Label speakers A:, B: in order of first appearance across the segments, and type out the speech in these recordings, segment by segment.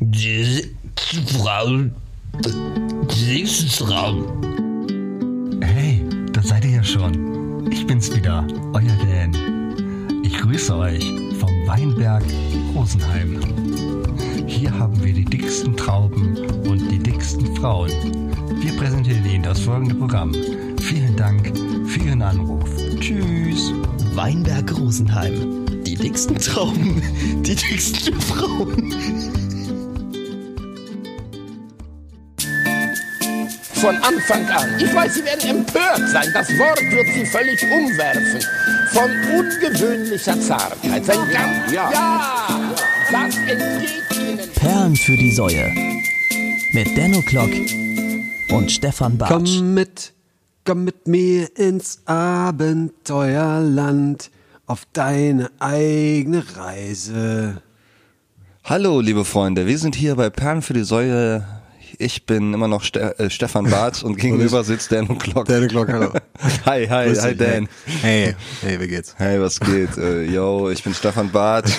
A: Diese Frau, Traum.
B: Hey, da seid ihr ja schon. Ich bin's wieder, euer Dan. Ich grüße euch vom Weinberg Rosenheim. Hier haben wir die dicksten Trauben und die dicksten Frauen. Wir präsentieren Ihnen das folgende Programm. Vielen Dank für Ihren Anruf. Tschüss.
C: Weinberg Rosenheim. Die dicksten Trauben, die dicksten Frauen.
D: von Anfang an. Ich weiß, Sie werden empört sein. Das Wort wird Sie völlig umwerfen. Von ungewöhnlicher Zartheit. Sein ganz, ja. ja, das entgeht Ihnen.
C: Perlen für die Säue. Mit Denno Klock und Stefan Bartsch.
E: Komm mit, komm mit mir ins Abenteuerland auf deine eigene Reise.
F: Hallo, liebe Freunde, wir sind hier bei Perlen für die Säule. Ich bin immer noch Ste äh, Stefan Barth und gegenüber sitzt Dan Glock.
G: Deine Glocke, hallo.
F: Hi, hi,
G: Grüß
F: hi
G: dich,
F: Dan.
G: Hey, hey, wie geht's?
F: Hey, was geht? äh, yo, ich bin Stefan Barth.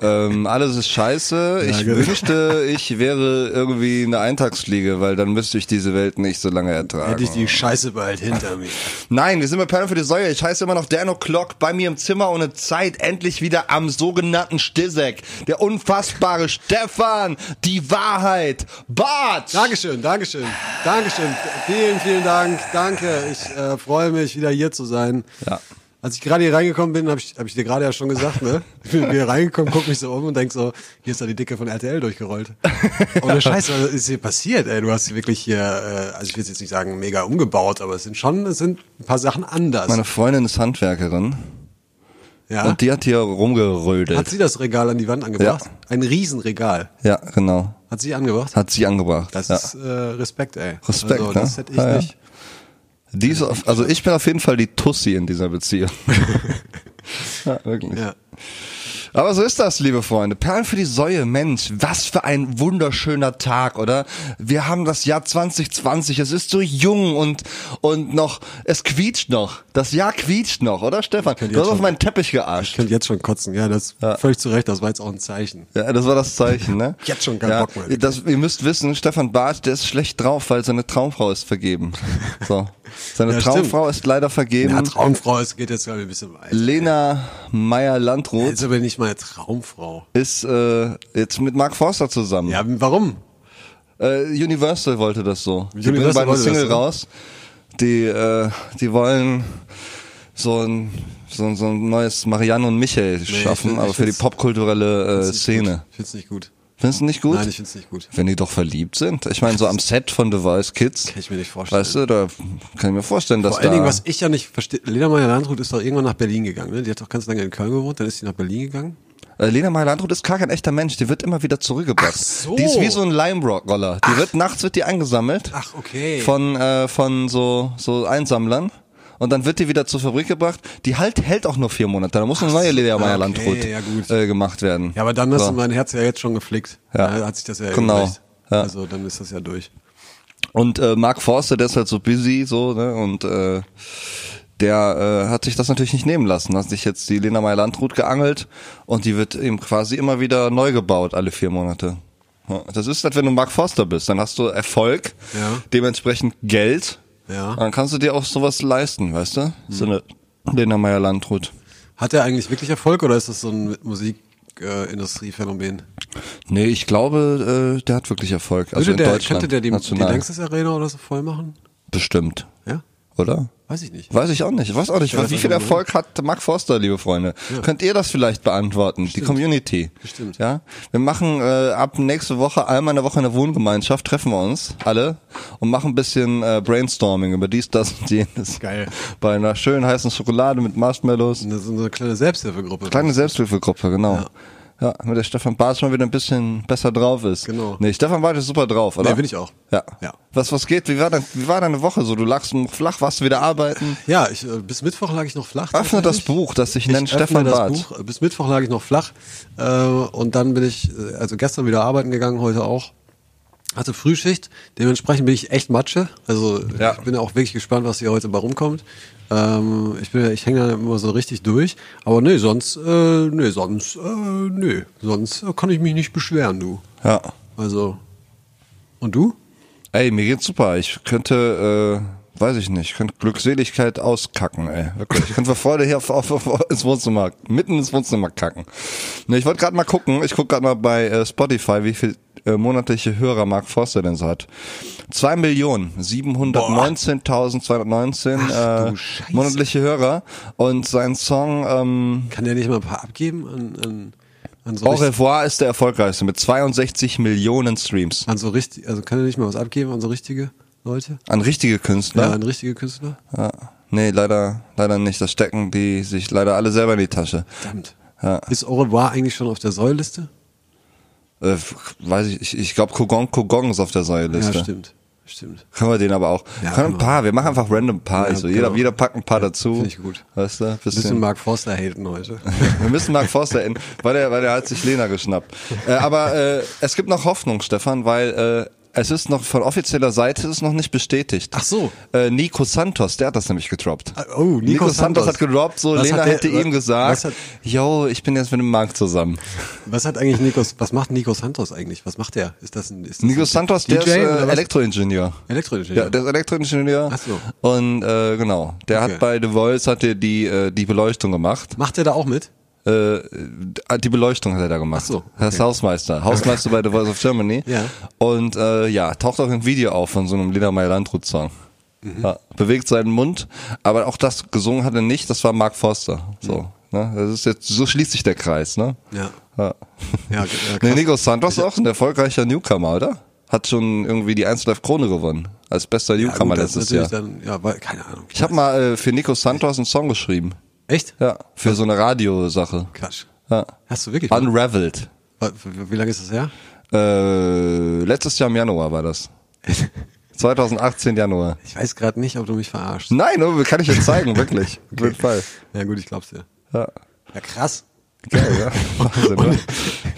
F: ähm, alles ist scheiße. Ich
G: genau.
F: wünschte, ich wäre irgendwie eine Eintagsfliege, weil dann müsste ich diese Welt nicht so lange ertragen.
G: Hätte ich die Scheiße bald hinter mir.
F: Nein, wir sind bei Perlen für die Säue. Ich heiße immer noch Dan O'Clock bei mir im Zimmer ohne Zeit. Endlich wieder am sogenannten Stisek. Der unfassbare Stefan. Die Wahrheit. Bart.
E: Dankeschön, Dankeschön, Dankeschön. Vielen, vielen Dank. Danke. Ich äh, freue mich, wieder hier zu sein.
F: Ja.
E: Als ich gerade hier reingekommen bin, habe ich, hab ich dir gerade ja schon gesagt, ne? Ich bin hier reingekommen, guck mich so um und denk so, hier ist da die Dicke von RTL durchgerollt. Ohne Scheiß, was ist hier passiert, ey? Du hast wirklich hier, äh, also ich will jetzt nicht sagen, mega umgebaut, aber es sind schon, es sind ein paar Sachen anders.
F: Meine Freundin ist Handwerkerin
E: ja?
F: und die hat hier
E: Hat
F: rumgerödelt.
E: sie das Regal an die Wand angebracht?
F: Ja.
E: Ein Riesenregal.
F: Ja, genau.
E: Hat sie angebracht?
F: Hat sie angebracht.
E: Das
F: ja.
E: ist äh, Respekt, ey.
F: Respekt,
E: also,
F: ne?
E: Das hätte ich
F: Ja, ja.
E: nicht.
F: die ist auf, also ich bin auf jeden Fall die Tussi in dieser Beziehung. ja, wirklich.
E: Ja.
F: Aber so ist das, liebe Freunde. Perlen für die Säue, Mensch, was für ein wunderschöner Tag, oder? Wir haben das Jahr 2020, es ist so jung und, und noch, es quietscht noch. Das Jahr quietscht noch, oder Stefan?
E: könnte
F: Du hast
E: jetzt
F: auf
E: schon-
F: meinen Teppich
E: Ich
F: gearscht.
E: könnte jetzt schon kotzen, ja, das
F: Ja.
E: völlig zu Recht, das war jetzt auch ein Zeichen.
F: Ja, das war das Zeichen, ne?
E: Jetzt schon keinen Bock mehr.
F: Das, ihr müsst wissen, Stefan Barth, der ist schlecht drauf, weil seine Traumfrau ist vergeben. So. Seine
E: Ja, stimmt.
F: Traumfrau ist leider vergeben.
E: Ja, Traumfrau, es geht jetzt gerade ein bisschen weit.
F: Lena Meyer-Landrut
E: Jetzt aber nicht mal Traumfrau.
F: ist äh, jetzt mit Mark Forster zusammen.
E: Ja, warum?
F: Äh, Universal wollte das so. Die
E: Universal
F: bringen beide
E: wollte
F: Single
E: das so.
F: raus. Die, äh, die wollen so ein, so, ein- so ein neues Marianne und Michael schaffen,
E: find-
F: aber
E: ich
F: für die
E: find's-
F: popkulturelle äh, Szene.
E: Ich find's nicht gut.
F: Findest du nicht gut?
E: Nein, ich find's nicht gut.
F: Wenn die doch verliebt sind. Ich meine, so am Set von The Voice Kids.
E: Kann ich mir nicht vorstellen.
F: Weißt du, da kann ich mir vorstellen, dass
E: Vor allen
F: da...
E: Dingen, was ich ja nicht verstehe, Lena Meyer-Landrut ist doch irgendwann nach Berlin gegangen, ne? Die hat doch ganz lange in Köln gewohnt, dann ist sie nach Berlin gegangen.
F: Äh, Lena Meyer-Landrut ist gar kein echter Mensch, die wird immer wieder zurückgebracht.
E: so.
F: Die ist wie so ein Lime-Roller. Die wird nachts wird die eingesammelt.
E: Ach, okay.
F: Von äh, von so so Einsammlern. Und dann wird die wieder zur Fabrik gebracht. Die halt hält auch nur vier Monate. Da muss eine neue
E: Ah,
F: Lena
E: okay,
F: Meyer-Landrut
E: ja, gut.
F: äh, gemacht werden.
E: Ja, aber dann hast
F: So.
E: du mein Herz ja jetzt schon geflickt.
F: Ja.
E: Da hat sich das ja
F: Genau.
E: erübrigt.
F: Ja.
E: Also dann ist das ja durch.
F: Und äh, Mark Forster, der ist halt so busy, so, ne? Und äh, der äh, hat sich das natürlich nicht nehmen lassen. Hat sich jetzt die Lena Meyer Landrut geangelt und die wird eben quasi immer wieder neu gebaut, alle vier Monate. Ja, Das ist halt, wenn du Mark Forster bist, dann hast du Erfolg,
E: Ja.
F: dementsprechend Geld.
E: Ja. Hm.
F: Und dann kannst du dir auch sowas leisten, weißt du? So eine Lena Meyer Landrut.
E: Hat er eigentlich wirklich Erfolg oder ist das so ein Musikindustriephänomen?
F: Nee, ich glaube, äh, der hat wirklich Erfolg. Also
E: Würde
F: in
E: der,
F: Deutschland.
E: könnte der die, die
F: national.
E: Lanxess Arena oder so voll machen?
F: Bestimmt.
E: Ja?
F: Oder?
E: Weiß ich nicht.
F: Weiß ich auch nicht. Ich weiß auch nicht,
E: Ja,
F: wie
E: das
F: viel
E: ist ein
F: Erfolg hat Mark Forster, liebe Freunde. Könnt ihr das vielleicht beantworten? Die Community.
E: Bestimmt.
F: Ja? Wir machen äh, ab nächste Woche einmal in der Woche in der Wohngemeinschaft, treffen wir uns alle und machen ein bisschen äh, Brainstorming über dies, das und jenes.
E: Geil.
F: Bei einer schönen heißen Schokolade mit Marshmallows.
E: Das ist so eine kleine Selbsthilfegruppe.
F: Kleine Selbsthilfegruppe, genau. Ja. damit der Stefan Barth mal wieder ein bisschen besser drauf ist.
E: Genau.
F: Nee, Stefan Barth ist super drauf, oder?
E: Nee, bin ich auch.
F: Ja.
E: Ja.
F: Was, was geht? Wie war, dein, wie war deine Woche so? Du lagst flach, warst du wieder arbeiten?
E: Ja, ich, äh, bis Mittwoch lag ich noch flach.
F: Öffne das Buch, das sich nennt Stefan
E: das
F: Barth.
E: Buch. Bis Mittwoch lag ich noch flach. Äh, und dann bin ich, äh, also gestern wieder arbeiten gegangen, heute auch. hatte Frühschicht, dementsprechend bin ich echt Matsche. Also
F: Ja.
E: ich bin auch wirklich gespannt, was hier heute mal rumkommt. Ähm, ich bin, ich hänge da immer so richtig durch. Aber nee, sonst, äh, nee, sonst, äh, nee, sonst äh, kann ich mich nicht beschweren, du.
F: Ja.
E: Also. Und du?
F: Ey, mir geht's super. Ich könnte, äh, weiß ich nicht, könnte Glückseligkeit auskacken, ey. Wirklich. Ich könnte vor Freude hier auf, auf, auf, ins Wohnzimmer, mitten ins Wohnzimmer kacken. Ne, ich wollte gerade mal gucken, ich gucke gerade mal bei äh, Spotify, wie viel äh, monatliche Hörer Mark Forster denn so hat. 2.719.219 äh, monatliche Hörer und sein Song ähm,
E: Kann der nicht mal ein paar abgeben an, an, an so
F: Au
E: richtig,
F: revoir ist der erfolgreichste mit 62 Millionen Streams.
E: an so richtig, also kann er nicht mal was abgeben an so richtige Leute?
F: An richtige Künstler.
E: Ja, an richtige Künstler?
F: Ja. Nee, leider, leider nicht. Das stecken die sich leider alle selber in die Tasche.
E: Verdammt.
F: Ja.
E: Ist Au revoir eigentlich schon auf der Säulliste?
F: Äh, f- weiß ich, ich, ich glaube, Kogong Kogong ist auf der Säulenliste.
E: Ja, stimmt. Stimmt.
F: Können wir den aber auch.
E: Ja,
F: Können
E: können
F: ein
E: wir.
F: paar, wir machen einfach random paar. also jeder,
E: genau.
F: jeder packt ein paar dazu.
E: find ich gut.
F: Weißt du?
E: Bisschen
F: Bisschen,
E: Mark Forster haten heute.
F: wir müssen Mark Forster in, weil der, weil der hat sich Lena geschnappt. Äh, aber äh, es gibt noch Hoffnung, Stefan, weil äh, es ist noch von offizieller Seite ist noch nicht bestätigt.
E: Ach so.
F: Äh, Nico Santos, der hat das nämlich gedroppt.
E: oh, Nico
F: Santos
E: Santos.
F: hat gedroppt, so
E: Was
F: Lena
E: hat der-
F: hätte ihm
E: was-
F: gesagt,
E: was hat-
F: yo, ich bin jetzt mit dem Marc zusammen.
E: Was hat eigentlich Nikos, was macht Nikos Santos eigentlich? Was macht der? Ist das ein, ist das
F: Nico
E: ein
F: Santos, der
E: DJ
F: ist
E: oder
F: äh,
E: was?
F: Elektroingenieur.
E: Elektroingenieur.
F: Ja, der ist Elektroingenieur.
E: Ach so.
F: Und äh, genau, der
E: Okay.
F: hat bei The Voice hat der die äh, die Beleuchtung gemacht.
E: macht der da auch mit?
F: Äh, die Beleuchtung hat er da gemacht.
E: Ach so,
F: Er ist Hausmeister, Hausmeister bei The Voice of Germany.
E: Ja.
F: Und äh, ja, taucht auch ein Video auf von so einem Liedermeier Landrut Song.
E: Mhm.
F: Ja, bewegt seinen Mund, aber auch das gesungen hat er nicht. Das war Mark Forster. So,
E: Mhm.
F: ne? das ist jetzt so schließt sich der Kreis, ne?
E: Ja.
F: Ja.
E: Ja, ge- ja,
F: nee,
E: krass.
F: Nico Santos ist auch ein erfolgreicher Newcomer, oder? Hat schon irgendwie die 1 Live Krone gewonnen. Als bester Newcomer
E: das
F: letztes
E: ist
F: Jahr.
E: natürlich Dann, ja, weil, keine Ahnung.
F: Ich habe mal äh, für Nico Santos einen Song geschrieben.
E: Echt?
F: Ja, für so eine Radiosache.
E: Quatsch.
F: Ja.
E: Hast du wirklich?
F: Unraveled.
E: Wa- wie, wie lange ist das her?
F: Äh, letztes Jahr im Januar war das. 2018 Januar.
E: Ich weiß gerade nicht, ob du mich verarschst.
F: Nein, oh, kann ich jetzt zeigen, wirklich. Auf jeden Fall.
E: Ja gut, ich glaub's dir.
F: Ja.
E: Ja, krass.
F: Geil, ja. Wahnsinn, oder?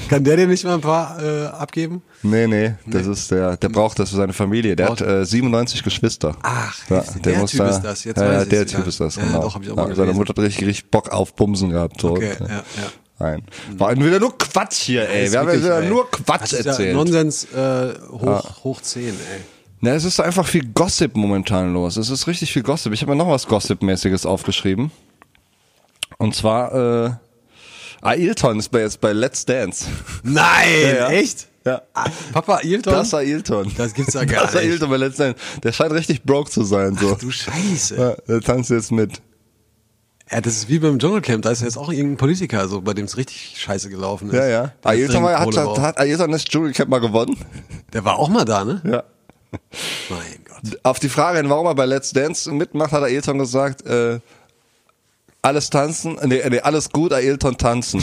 E: Kann der dir nicht mal ein paar äh, abgeben?
F: Nee, nee, das ist der, der braucht das für seine Familie. Der hat äh, 97 Geschwister.
E: Ach, heftig.
F: der
E: Der
F: muss
E: Typ
F: da,
E: ist das, jetzt
F: ja,
E: weiß
F: ja,
E: ich's
F: der
E: wieder.
F: Typ ist das,
E: Ja,
F: genau.
E: doch, hab ich auch mal
F: ja, seine
E: gelesen.
F: Mutter hat richtig, richtig Bock auf Bumsen gehabt. So.
E: Okay, ja, ja.
F: Nein. War entweder nur Quatsch hier, ey.
E: Ist
F: Wir haben
E: wirklich,
F: ja
E: ey.
F: nur Quatsch
E: Das ist ja
F: erzählt.
E: Nonsens äh, hoch, hoch 10, ey.
F: Na, es ist einfach viel Gossip momentan los. Es ist richtig viel Gossip. Ich habe mir noch was Gossip-mäßiges aufgeschrieben. Und zwar, äh, Ailton ist bei, jetzt bei Let's Dance.
E: Nein,
F: ja.
E: echt?
F: Ja.
E: Ah, Papa Ailton?
F: Das Ailton.
E: Das gibt's ja gar
F: Das Ailton bei Let's Dance. Der scheint richtig broke zu sein, so.
E: Ach, du Scheiße.
F: Ja, der tanzt jetzt mit.
E: Ja, das ist wie beim Dschungelcamp, da ist ja jetzt auch irgendein Politiker, so, bei dem es richtig scheiße gelaufen ist.
F: Ja, ja.
E: Der, ist
F: Ailton
E: dringend
F: war, hat,
E: Kohle
F: hat,
E: braucht.
F: hat Ailton das Dschungelcamp mal gewonnen.
E: der war auch mal da, ne?
F: Ja.
E: Mein Gott.
F: Auf die Frage hin, warum er bei Let's Dance mitmacht, hat Ailton gesagt, äh, alles tanzen, nee, nee, alles gut, Ailton tanzen.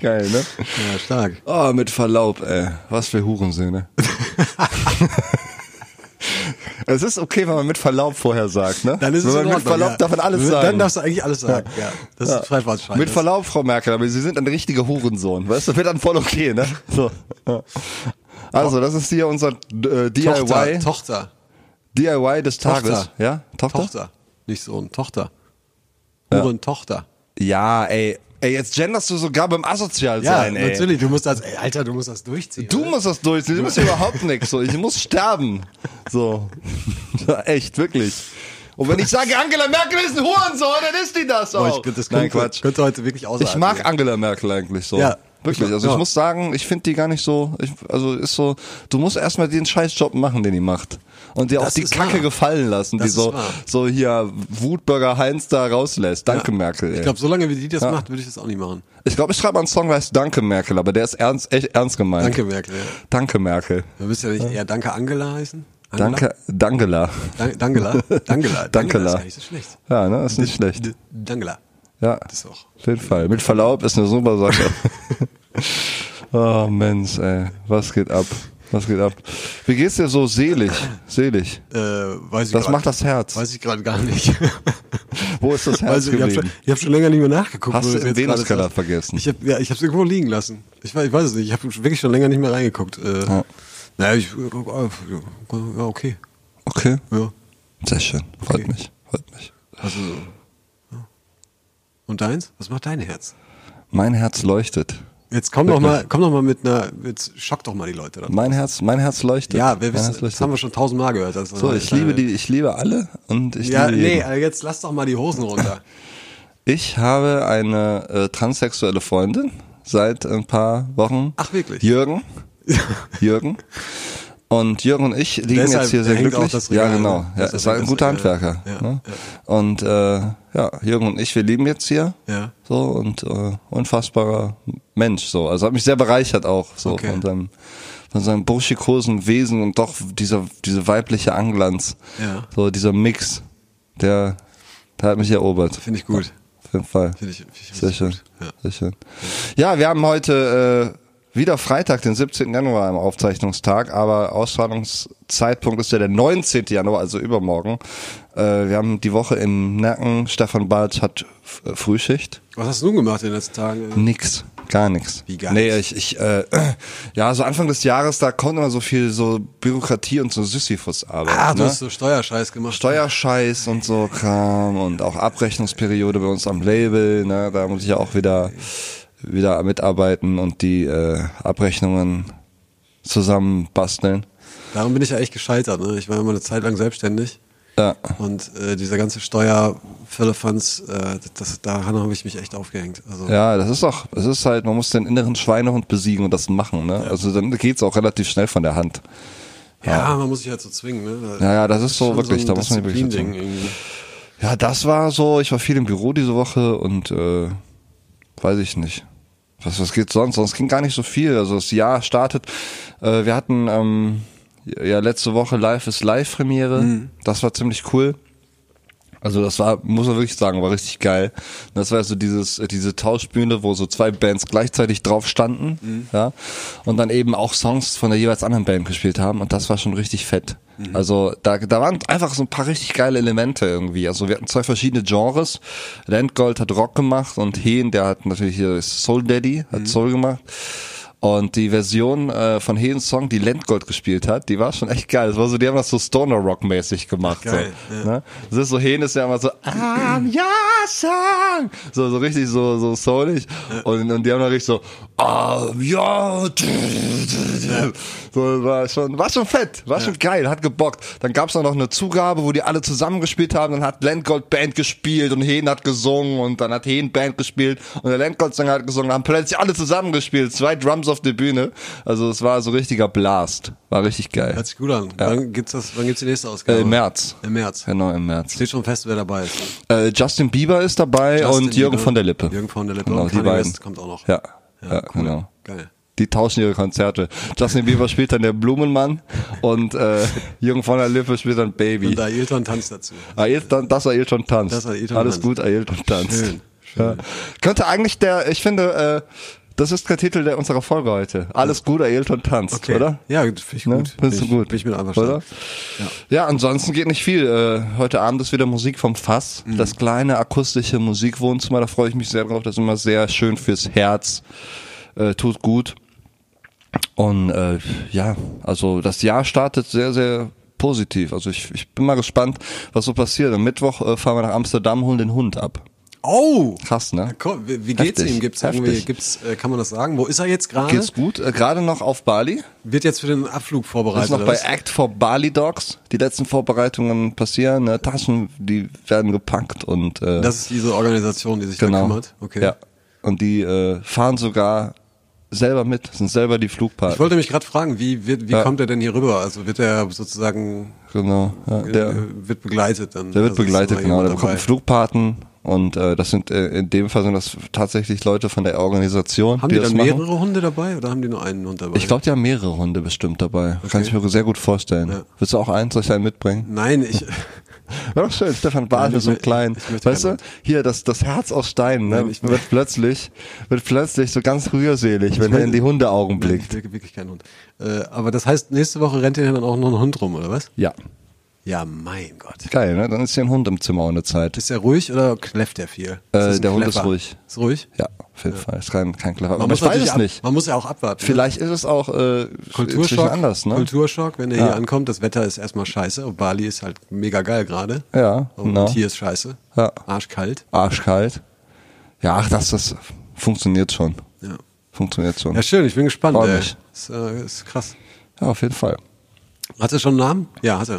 F: Geil, ne?
E: Ja, stark.
F: Oh, mit Verlaub, ey. Was für Hurensöhne. es ist okay, wenn man mit Verlaub vorher sagt, ne?
E: Dann ist
F: wenn
E: es
F: man
E: in
F: mit
E: Ordnung,
F: Verlaub
E: ja.
F: darf man alles sagen.
E: Dann darfst du eigentlich alles sagen, ja. Das ist Freifahrtschein.
F: Mit
E: Das-
F: Verlaub, Frau Merkel, aber Sie sind ein richtiger Hurensohn. Weißt du, wird dann voll okay, ne? So. Also, das ist hier unser äh, DIY,
E: Tochter, Tochter.
F: DIY des Tages.
E: Tochter.
F: Ja? Tochter?
E: Tochter. Nicht Sohn, Tochter. Huren, Tochter.
F: Ja, ey. Ey, jetzt genderst du sogar beim asozial
E: Ja,
F: sein, ey.
E: natürlich, du musst das, ey, Alter, du musst das durchziehen.
F: Du
E: oder?
F: musst das durchziehen, du bist überhaupt nix. So, ich muss sterben. So. Echt, wirklich. Und wenn ich sage, Angela Merkel ist ein Hurensohn, dann ist die das
E: Boah,
F: auch.
E: Oh, ich, das
F: Nein,
E: könnte,
F: Quatsch.
E: könnte heute wirklich ausatmen.
F: Ich mag Angela Merkel eigentlich so.
E: Ja.
F: Wirklich. Also ich
E: Ja.
F: muss sagen, ich finde die gar nicht so. Ich, also ist so, du musst erstmal den Scheißjob machen, den die macht. Und dir auch
E: Das
F: die
E: ist
F: Kacke
E: wahr.
F: gefallen lassen,
E: Das
F: die so,
E: ist wahr.
F: so hier Wutbürger Heinz da rauslässt. Danke, Merkel. Ey.
E: Ich glaube, solange wie die das macht, würde ich das auch nicht machen.
F: ich, glaub, ich schreibe mal einen Song, der heißt Danke, Merkel, aber der ist ernst, echt ernst gemeint.
E: Danke, Merkel. ja.
F: Danke, Merkel.
E: Du wirst ja nicht eher Danke Angela heißen? Angela?
F: Danke, Dangela.
E: Dan Dangela? Dangela. Dangela ist
F: Dankela.
E: gar nicht so schlecht.
F: Ja, ne, ist nicht schlecht.
E: D Dangela.
F: Ja,
E: Das auch.
F: auf jeden Fall. Mit Verlaub ist eine super Sache. oh Mensch, ey, was geht ab? Was geht ab? Wie geht's dir so selig? Selig.
E: Äh, weiß ich
F: Das
E: grad-
F: macht das Herz.
E: Weiß ich gerade gar nicht.
F: Wo ist das Herz
E: Also, ich habe
F: geblieben?
E: schon, ich hab schon länger nicht mehr nachgeguckt.
F: Hast
E: wo
F: du
E: es
F: im
E: jetzt gerade
F: Venuskeller
E: ist.
F: vergessen?
E: Ich habe ja, ich hab's irgendwo liegen lassen. Ich, weiß- ich weiß es nicht. Ich habe wirklich schon länger nicht mehr reingeguckt. Äh,
F: Ja.
E: Naja, ich, ja, okay.
F: Okay.
E: Ja.
F: Sehr schön. Freut mich. Freut mich.
E: Also, ja. Und deins? Was macht dein Herz?
F: Mein Herz leuchtet.
E: Jetzt komm doch
F: Wirklich?
E: mal, komm doch mal mit einer, jetzt schock doch mal die Leute dann.
F: Mein Herz, mein Herz leuchtet.
E: Ja, wir
F: Mein
E: wissen,
F: Herz
E: das
F: leuchtet.
E: haben wir schon tausendmal gehört. Also,
F: so, ich liebe die, ich liebe alle und ich
E: Ja,
F: liebe
E: nee,
F: jeden.
E: aber jetzt lass doch mal die Hosen runter.
F: Ich habe eine äh, transsexuelle Freundin seit ein paar Wochen.
E: Ach, wirklich?
F: Jürgen. Jürgen. Und Jürgen und ich liegen
E: Deshalb
F: jetzt hier sehr
E: hängt auch
F: glücklich.
E: das
F: ja,
E: Regal, ne?
F: genau. Ja,
E: Deshalb
F: es war ein
E: hängt
F: guter
E: das Regal.
F: Handwerker.
E: Ja,
F: ne? Und äh, ja, Jürgen und ich, wir leben jetzt hier.
E: Ja.
F: So und äh, unfassbarer Mensch. So, also hat mich sehr bereichert auch so
E: Okay.
F: von seinem von seinem burschikosen Wesen und doch dieser diese weibliche Anglanz.
E: Ja.
F: So dieser Mix, der, der hat mich erobert.
E: Finde ich gut.
F: Auf jeden Fall.
E: Finde ich- finde ich
F: Sehr
E: richtig
F: schön.
E: gut, ja.
F: Sehr schön. Ja, wir haben heute äh, wieder Freitag, den 17. Januar am Aufzeichnungstag, aber Ausstrahlungszeitpunkt ist ja der 19. Januar, also übermorgen. Äh, wir haben die Woche im Nacken. Stefan Bartsch hat F äh, Frühschicht.
E: Was hast du nun gemacht in den letzten Tagen?
F: Nix. Gar nichts.
E: Wie gar
F: Nee, ich, ich äh, ja, so Anfang des Jahres, da kommt immer so viel so Bürokratie und so Sisyphus-Arbeit.
E: Ah, du
F: ne?
E: hast so Steuerscheiß gemacht.
F: Steuerscheiß und so Kram und auch Abrechnungsperiode bei uns am Label, ne, da muss ich ja auch wieder wieder mitarbeiten und die äh, Abrechnungen zusammen basteln.
E: Darum bin ich ja echt gescheitert. Ne? Ich war immer eine Zeit lang selbstständig.
F: Ja.
E: Und äh, dieser ganze Steuerfirlefanz, äh, das, daran habe ich mich echt aufgehängt. Also,
F: Ja, das ist doch, es ist halt, man muss den inneren Schweinehund besiegen und das machen, ne? Also dann geht's auch relativ schnell von der Hand.
E: ja, man muss sich halt so zwingen. Ne?
F: Ja, ja, das ist so
E: schon
F: wirklich, da muss man wirklich so
E: Disziplin-Ding
F: zwingen.
E: irgendwie.
F: Ja, das war so, ich war viel im Büro diese Woche und äh, weiß ich nicht. Was, was geht sonst? Sonst ging gar nicht so viel. Also das Jahr startet. Äh, wir hatten ähm, ja letzte Woche Live ist Live Premiere. Das war ziemlich cool. Also das war, muss man wirklich sagen, war richtig geil. Und Das war so dieses, äh, diese Tauschbühne, wo so zwei Bands gleichzeitig drauf standen, ja, und dann eben auch Songs von der jeweils anderen Band gespielt haben und das war schon richtig fett. Also da, da waren einfach so ein paar richtig geile Elemente irgendwie. Also wir hatten zwei verschiedene Genres. Landgold hat Rock gemacht und Heen, der hat natürlich hier Soul Daddy, hat Soul gemacht. Und die Version äh, von Heens Song, die Landgold gespielt hat, die war schon echt geil. Das war so, die haben das so Stoner Rock mäßig gemacht.
E: Geil,
F: so, ne? Das ist so, Heen ist ja immer so, I'm your song. So, so richtig so, so soulig.
E: Äh.
F: Und, und die haben dann richtig so, I'm your. So, war schon, war schon fett, war schon geil, hat gebockt. Dann gab's dann noch eine Zugabe, wo die alle zusammengespielt haben. Dann hat Landgold Band gespielt und Heen hat gesungen und dann hat Heen Band gespielt und der Landgold Sänger hat gesungen. Haben plötzlich alle zusammengespielt, zwei Drums auf der Bühne. Also es war so richtiger Blast, war richtig geil.
E: Hört sich gut an.
F: Ja.
E: Wann gibt's das? Wann gibt's die nächste Ausgabe?
F: Äh, Im März.
E: Im März.
F: Genau, im März.
E: Steht schon fest, wer dabei ist. ne?
F: Äh, Justin Bieber ist dabei
E: Justin
F: und Jürgen
E: Bieber,
F: von der Lippe.
E: Jürgen von der Lippe
F: Genau,
E: und
F: die
E: Kanye
F: beiden.
E: West kommt auch noch.
F: Ja, ja, genau.
E: Geil.
F: Die tauschen ihre Konzerte. Justin Bieber spielt dann der Blumenmann und äh, Jürgen von der Lippe spielt dann Baby. Ah,
E: Und da Ailton tanzt dazu.
F: Ailton, das Ailton tanzt.
E: Das Ailton
F: Alles
E: tanzt.
F: gut, Ailton tanzt.
E: Schön,
F: Ja. Könnte eigentlich der, ich finde, äh, das ist der Titel der unserer Folge heute. Alles gut, Ailton tanzt, oder?
E: Ja, finde ich
F: Ne?
E: gut.
F: Findest
E: Bin
F: du gut.
E: ich- Bin ich mit einverstanden.
F: oder? Ja. ansonsten geht nicht viel. Äh, heute Abend ist wieder Musik vom Fass.
E: Mhm.
F: Das kleine akustische Musikwohnzimmer, da freue ich mich sehr drauf. Das ist immer sehr schön fürs Herz. Äh, tut gut. Und äh, ja, also das Jahr startet sehr, sehr positiv. Also ich, ich bin mal gespannt, was so passiert. Am Mittwoch äh, fahren wir nach Amsterdam, holen den Hund ab.
E: Oh!
F: Krass, ne?
E: Komm, wie, wie geht's
F: Heftig,
E: ihm? Gibt's
F: heftig.
E: irgendwie, gibt's, äh, kann man das sagen? Wo ist er jetzt gerade?
F: Geht's gut? Äh, Gerade noch auf Bali.
E: Wird jetzt für den Abflug
F: Das
E: vorbereitet.
F: ist noch
E: oder
F: bei
E: was?
F: Act for Bali Dogs. Die letzten Vorbereitungen passieren. Ne? Taschen, die werden gepackt und äh,
E: das ist diese Organisation, die sich da
F: genau.
E: kümmert. Okay.
F: Ja. Und die äh, fahren sogar selber mit, sind selber die
E: Ich
F: Flugpartner.
E: wollte mich gerade fragen, wie, wird, wie
F: Ja.
E: kommt er denn hier rüber? Also wird er sozusagen
F: Genau. Ja,
E: äh,
F: der,
E: wird begleitet dann?
F: der wird
E: Also ist
F: begleitet,
E: immer
F: genau. Der
E: jemand
F: bekommt einen
E: dabei.
F: Flugpaten und äh, das sind äh, in dem Fall sind das tatsächlich Leute von der Organisation,
E: Haben die,
F: das
E: dann
F: machen.
E: mehrere Hunde dabei oder haben die nur einen Hund dabei?
F: Ich glaube, die haben mehrere Hunde bestimmt dabei. Kann ich mir sehr gut vorstellen.
E: Ja.
F: Willst du auch eins, soll ich einen mitbringen?
E: Nein, ich.
F: War doch schön, Stefan Bartel
E: ich
F: so
E: mö-
F: klein.
E: ich möchte
F: weißt du,
E: keinen
F: hier, das, das Herz aus Stein, ne,
E: Nein, ich mö-
F: wird plötzlich, wird plötzlich so ganz rührselig, wenn er in die Hundeaugen
E: Nein,
F: blickt.
E: ich will wirklich keinen Hund. Äh, aber das heißt, nächste Woche rennt ihr dann auch noch ein Hund rum, oder was?
F: Ja.
E: Ja, mein Gott.
F: Geil, ne? Dann ist hier ein Hund im Zimmer ohne Zeit.
E: Ist er ruhig oder kläfft er viel? Ist das
F: Äh,
E: ein
F: der Hund
E: Kläffer?
F: ist ruhig.
E: Ist ruhig?
F: Ja, auf jeden Fall. Ist kein, kein clever.
E: Man
F: Aber
E: muss
F: ich weiß
E: natürlich
F: es
E: ab,
F: nicht.
E: Man muss ja auch abwarten. ne?
F: Vielleicht ist es auch äh, inzwischen
E: Kulturschock,
F: anders, ne?
E: Kulturschock, wenn er
F: Ja.
E: hier ankommt. Das Wetter ist erstmal scheiße. Und Bali ist halt mega geil gerade.
F: Ja,
E: Und
F: na.
E: hier ist scheiße.
F: Ja.
E: Arschkalt.
F: Arschkalt. Ja, ach, das, das funktioniert schon.
E: Ja.
F: Funktioniert schon.
E: Ja,
F: Ja,
E: schön. Ich bin gespannt.
F: Freu
E: ey.
F: mich.
E: Ist, äh, ist krass.
F: auf jeden Fall.
E: Hat er schon einen Namen? Ja, hat er.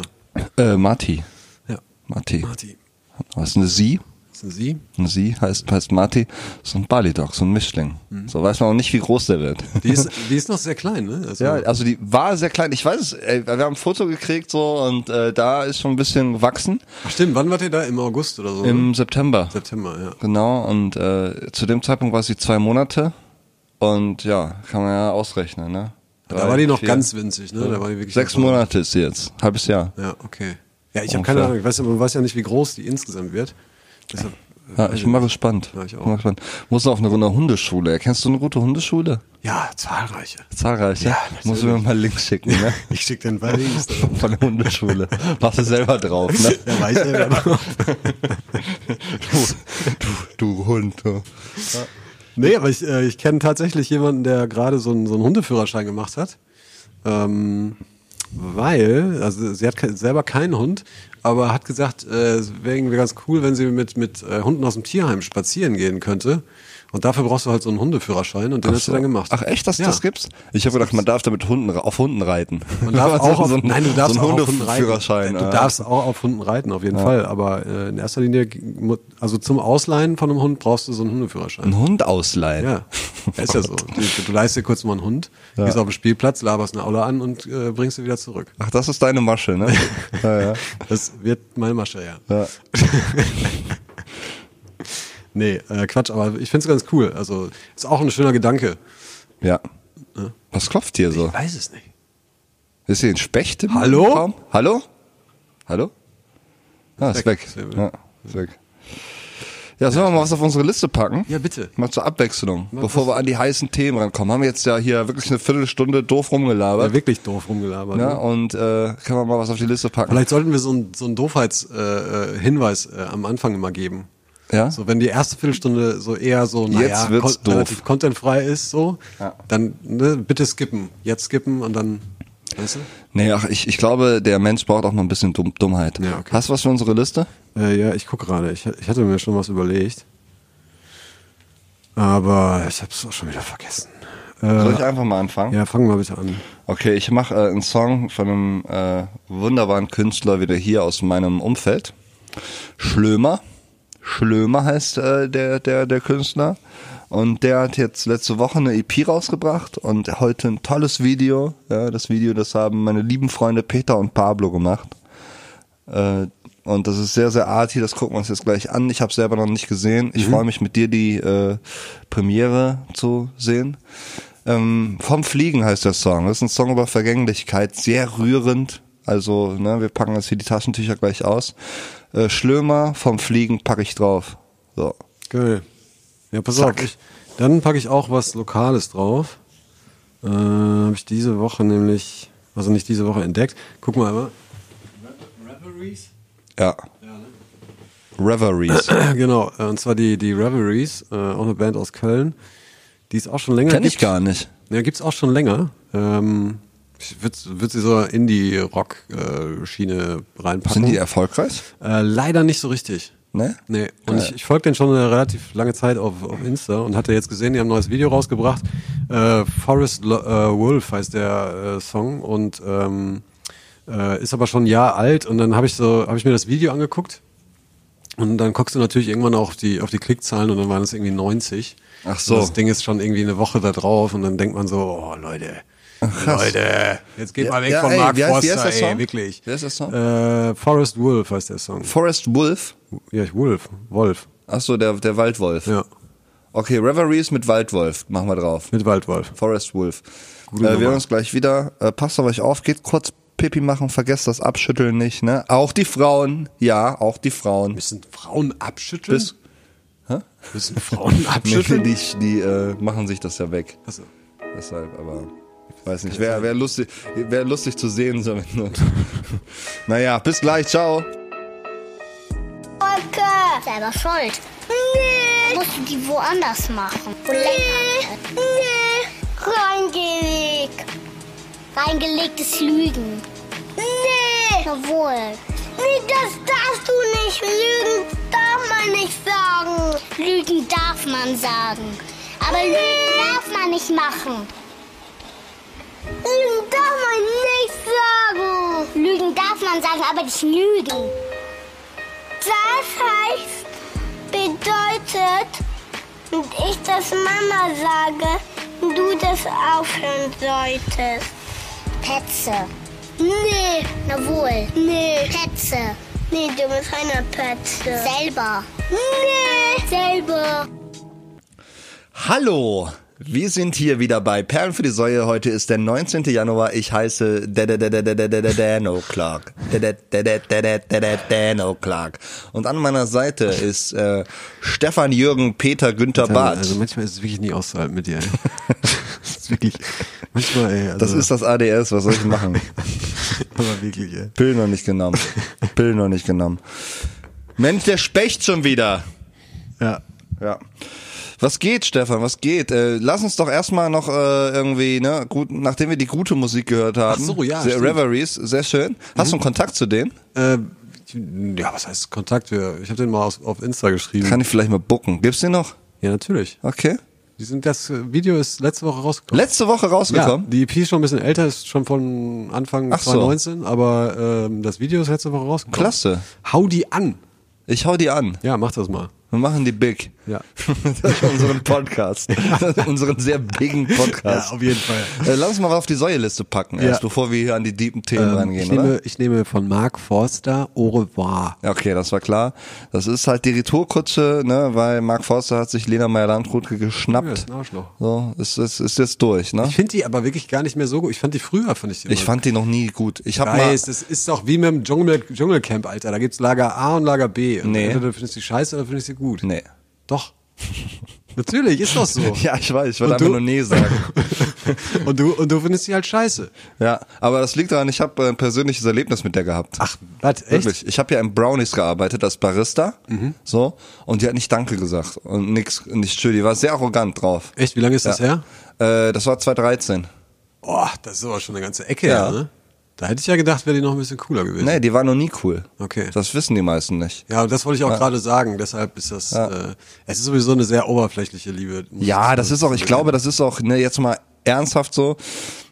F: Äh, Marti.
E: Ja.
F: Marti.
E: Marti.
F: Was ist eine Sie?
E: Ist ein Sie?
F: Eine Sie heißt, heißt Marti. So ein Bali-Dog, so ein Mischling. So weiß man auch nicht, wie groß der wird.
E: Mhm. Die ist, die ist noch sehr klein, ne? Also,
F: Ja, also die war sehr klein. Ich weiß es, ey, wir haben ein Foto gekriegt so und äh, da ist schon ein bisschen gewachsen.
E: Ach, stimmt, wann wart ihr da? Im August oder so? ne?
F: Im September.
E: Mhm. September, ja.
F: Genau, und äh, zu dem Zeitpunkt war sie zwei Monate. Und ja, kann man ja ausrechnen, ne?
E: Da war die noch ganz winzig, ne? Da war die wirklich
F: Sechs
E: noch-
F: Monate ist sie jetzt, halbes Jahr.
E: Ja, okay. Ja, ich habe keine
F: Ungefähr.
E: Ahnung. Ich weiß, man weiß ja nicht, wie groß die insgesamt wird. Deshalb,
F: Ja, ich bin mal gespannt.
E: Ja, ich auch.
F: Bin Mal gespannt. Muss auf eine Runde Hundeschule. Kennst du eine gute Hundeschule?
E: ja, zahlreiche.
F: Zahlreiche. Ja, Muss mir mal Links schicken, ne?
E: Ich schick dir ein paar Links.
F: Von der Hundeschule. Machst du selber drauf, ne?
E: Ja, weiß ja, aber-
F: Du, du Hund. du.
E: nee, aber ich, äh, ich kenne tatsächlich jemanden, der gerade so einen, so einen Hundeführerschein gemacht hat. Ähm, weil, also sie hat ke selber keinen Hund, aber hat gesagt, äh, es wäre ganz cool, wenn sie mit, mit äh, Hunden aus dem Tierheim spazieren gehen könnte. Und dafür brauchst du halt so einen Hundeführerschein und den hat sie dann gemacht.
F: Ach echt, dass
E: Ja.
F: das gibt's? Ich habe gedacht, man darf damit Hunden ra- auf Hunden reiten. Also
E: Man darf auch auf,
F: so einen-
E: nein, du darfst
F: so einen
E: auch auf Hunden reiten.
F: Hundeführerschein.
E: Du
F: äh,
E: darfst auch auf Hunden reiten, auf jeden Fall. Aber äh, in erster Linie, also zum Ausleihen von einem Hund brauchst du so einen Hundeführerschein.
F: einen Hund ausleihen.
E: Ja, ist ja so. Du, du leist dir kurz mal einen Hund, gehst auf den Spielplatz, laberst eine Aula an und äh, bringst sie wieder zurück.
F: Ach, das ist deine Masche, ne? ja, ja.
E: Das wird meine Masche, ja.
F: Ja.
E: Nee, äh, Quatsch, aber ich find's ganz cool. Also ist auch ein schöner Gedanke.
F: ja. Was klopft hier so?
E: Weiß es nicht.
F: Ist hier ein Specht im
E: Hallo?
F: Raum? Hallo? Hallo? Ah,
E: Weg.
F: ist weg.
E: Ist weg.
F: Ja, ist weg. Ja, sollen wir mal was auf unsere Liste packen?
E: Ja, bitte.
F: Mal zur Abwechslung, bevor wir an die heißen Themen rankommen. Haben wir jetzt ja hier wirklich eine Viertelstunde doof rumgelabert.
E: Ja, wirklich doof rumgelabert.
F: Ja,
E: ne?
F: und äh, kann man mal was auf die Liste packen.
E: Vielleicht sollten wir so einen so einen Doofheits-Hinweis äh, Hinweis, äh, am Anfang immer geben.
F: Ja?
E: So, wenn die erste Viertelstunde so eher so, naja,
F: Jetzt wird's doof.
E: relativ contentfrei ist, so,
F: Ja.
E: dann ne, bitte skippen. Jetzt skippen und dann, weißt du?
F: Nee, ach, ich, ich glaube, der Mensch braucht auch mal ein bisschen Dumm Dummheit.
E: Ja, okay.
F: Hast du was für unsere Liste?
E: Äh, ja, ich gucke gerade. Ich, ich hatte mir schon was überlegt. Aber ich hab's auch schon wieder vergessen. Äh,
F: Soll ich einfach mal anfangen?
E: ja, fangen wir bitte an.
F: Okay, ich mache äh, einen Song von einem äh, wunderbaren Künstler wieder hier aus meinem Umfeld. Schlömer. Schlömer heißt äh, der, der, der Künstler. Und der hat jetzt letzte Woche eine EP rausgebracht und heute ein tolles Video. Ja, das Video, das haben meine lieben Freunde Peter und Pablo gemacht. Äh, und das ist sehr, sehr arty. Das gucken wir uns jetzt gleich an. Ich habe selber noch nicht gesehen. Ich freue mich, mit dir die äh, Premiere zu sehen. Ähm, Vom Fliegen heißt der Song. Das ist ein Song über Vergänglichkeit. Sehr rührend. Also, ne, wir packen jetzt hier die Taschentücher gleich aus. Äh, Schlömer vom Fliegen packe ich drauf. So.
E: Geil. Ja, pass
F: Zack.
E: auf. Ich, dann packe ich auch was Lokales drauf. Äh, Habe ich diese Woche nämlich, also nicht diese Woche entdeckt. Guck mal einmal.
F: Ja. Reveries.
E: Genau, äh, und zwar die, die Reveries, äh, auch eine Band aus Köln, die es auch schon länger
F: Kenn
E: gibt.
F: ich gar nicht.
E: Ja, gibt's auch schon länger. Ähm, ich würd, würd sie so Indie-Rock-Schiene äh, reinpacken.
F: Sind die erfolgreich?
E: äh, leider nicht so richtig.
F: Ne?
E: Nee, und ich, ich folge den schon eine relativ lange Zeit auf, auf Insta und hatte jetzt gesehen, die haben ein neues Video rausgebracht. Äh, Forest Lo äh, Wolf heißt der äh, Song und ähm, äh, ist aber schon ein Jahr alt und dann habe ich so, habe ich mir das Video angeguckt und dann guckst du natürlich irgendwann auch auf die, auf die Klickzahlen und dann waren es irgendwie 90.
F: Ach so.
E: Und Das Ding ist schon irgendwie eine Woche da drauf und dann denkt man so, oh Leute, Leute, jetzt geht
F: Ja,
E: mal weg
F: ja,
E: von
F: ey,
E: Mark
F: wie heißt- wie heißt
E: Forster,
F: der Song?
E: ey, wirklich.
F: Wie heißt der Song?
E: Äh, Forest Wolf heißt der Song.
F: Forest Wolf.
E: Ja, ich Wolf, Wolf,
F: Achso, der, der Waldwolf.
E: ja.
F: Okay, Reveries mit Waldwolf. Machen wir drauf.
E: Mit Waldwolf.
F: Forest Wolf. Äh,
E: Gute
F: wir
E: Nummer.
F: hören uns gleich wieder. Äh, passt auf euch auf, geht kurz Pipi machen, vergesst das Abschütteln nicht, ne? Auch die Frauen, ja, auch die Frauen.
E: Müssen Frauen abschütteln?
F: Bis
E: Müssen Frauen
F: die,
E: abschütteln?
F: die, die äh, machen sich das ja weg.
E: Achso.
F: Deshalb, aber. Weiß nicht, wäre wär lustig, wär lustig zu sehen. So, wenn du- naja, bis gleich, ciao.
H: Wolke! Selber schuld. Nee. Musst du die woanders machen. Wo nee. Länger. Nee. Reingelegt. Reingelegtes Lügen. Nee. Jawohl. Nee, das darfst du nicht. Lügen darf man nicht sagen. Lügen darf man sagen. Aber Lügen darf man nicht machen. Lügen darf man nicht sagen. Lügen darf man sagen, aber nicht lügen. Das heißt, bedeutet, und ich das Mama sage, du das aufhören solltest. Petze. Nee. Na wohl. Nee. Petze. Nee, du bist einer Petze. Selber. Nee. Selber.
F: Hallo, wir sind hier wieder bei Perlen für die Säue. Heute ist der 19. Januar. Ich heiße Dan O'Clark. Dan O'Clark. Und an meiner Seite ist äh, Stefan Jürgen Peter Günther
E: Also
F: Barth.
E: manchmal ist es wirklich nicht auszuhalten mit dir. Ey. das ist wirklich, manchmal, ey. Also,
F: Das ist das ADS, was soll ich machen?
E: aber wirklich, ey.
F: Pillen noch nicht genommen. Pillen noch nicht genommen. Mensch, der specht schon wieder.
E: Ja.
F: Ja. Was geht, Stefan? Was geht? Äh, lass uns doch erstmal noch äh, irgendwie, ne, gut, nachdem wir die gute Musik gehört haben.
E: Ach so, ja,
F: Sehr,
E: stimmt. Mhm.
F: Reveries, sehr schön. Hast du einen Kontakt zu denen?
E: Ähm, ich- ja, was heißt Kontakt? Wir- Ich habe den mal aus, auf Insta geschrieben.
F: Kann ich vielleicht mal bucken. Gibt's den noch?
E: ja, natürlich.
F: Okay.
E: Die sind, das äh, Video ist letzte Woche rausgekommen.
F: Letzte Woche
E: ja,
F: rausgekommen.
E: die EP ist schon ein bisschen älter, ist schon von Anfang
F: Ach so.
E: 2019, aber ähm, das Video ist letzte Woche rausgekommen.
F: Klasse.
E: Hau die an.
F: Ich hau die an.
E: Ja, mach das mal.
F: Wir machen die big.
E: Ja.
F: unseren Podcast. unseren sehr biggen Podcast.
E: Ja, auf jeden Fall.
F: Äh, lass uns mal was auf die Säueliste packen,
E: Ja. Ähm,
F: erst bevor wir hier an die deepen Themen
E: ich,
F: rangehen,
E: nehme,
F: oder?
E: ich nehme von Mark Forster Au revoir.
F: Ja, Okay, das war klar. Das ist halt die Retourkutsche, ne, weil Mark Forster hat sich Lena Meyer-Landrut geschnappt.
E: Ja, ist ein Arschloch.
F: So, ist, ist, ist jetzt durch, ne?
E: Ich finde die aber wirklich gar nicht mehr so gut. Ich fand die früher, fand ich die
F: Ich
E: immer.
F: fand die noch nie gut. Ich hab mal,
E: Weiß, das ist doch wie mit dem Dschungel, Dschungelcamp, Alter. Da gibt's Lager A und Lager B. Und
F: Nee.
E: Entweder findest du die scheiße oder findest du die gut.
F: nee.
E: Doch. Natürlich, ist doch so.
F: Ja, ich weiß, ich wollte
E: Und
F: einfach
E: du?
F: nur nee sagen.
E: Und du, und du findest die halt scheiße.
F: ja, aber das liegt daran, ich habe äh, ein persönliches Erlebnis mit der gehabt.
E: Ach, was, echt? Mhm.
F: Wirklich, ich habe ja im Brownies gearbeitet als Barista, so, und die hat nicht Danke gesagt und nix, nicht schön, die war sehr arrogant drauf.
E: Echt, wie lange ist das her?
F: Äh, das war 2013.
E: Oh, das ist aber schon eine ganze Ecke,
F: Ja.
E: ja. ne? Da hätte ich ja gedacht, wäre die noch ein bisschen cooler gewesen.
F: Nee, die war noch nie cool.
E: Okay.
F: Das wissen die meisten nicht.
E: Ja, und das wollte ich auch gerade sagen. Deshalb ist das, äh, es ist sowieso eine sehr oberflächliche Liebe. muss
F: Ja,
E: ich
F: das ist auch, ich glaube, das ist auch, ne, jetzt mal ernsthaft so,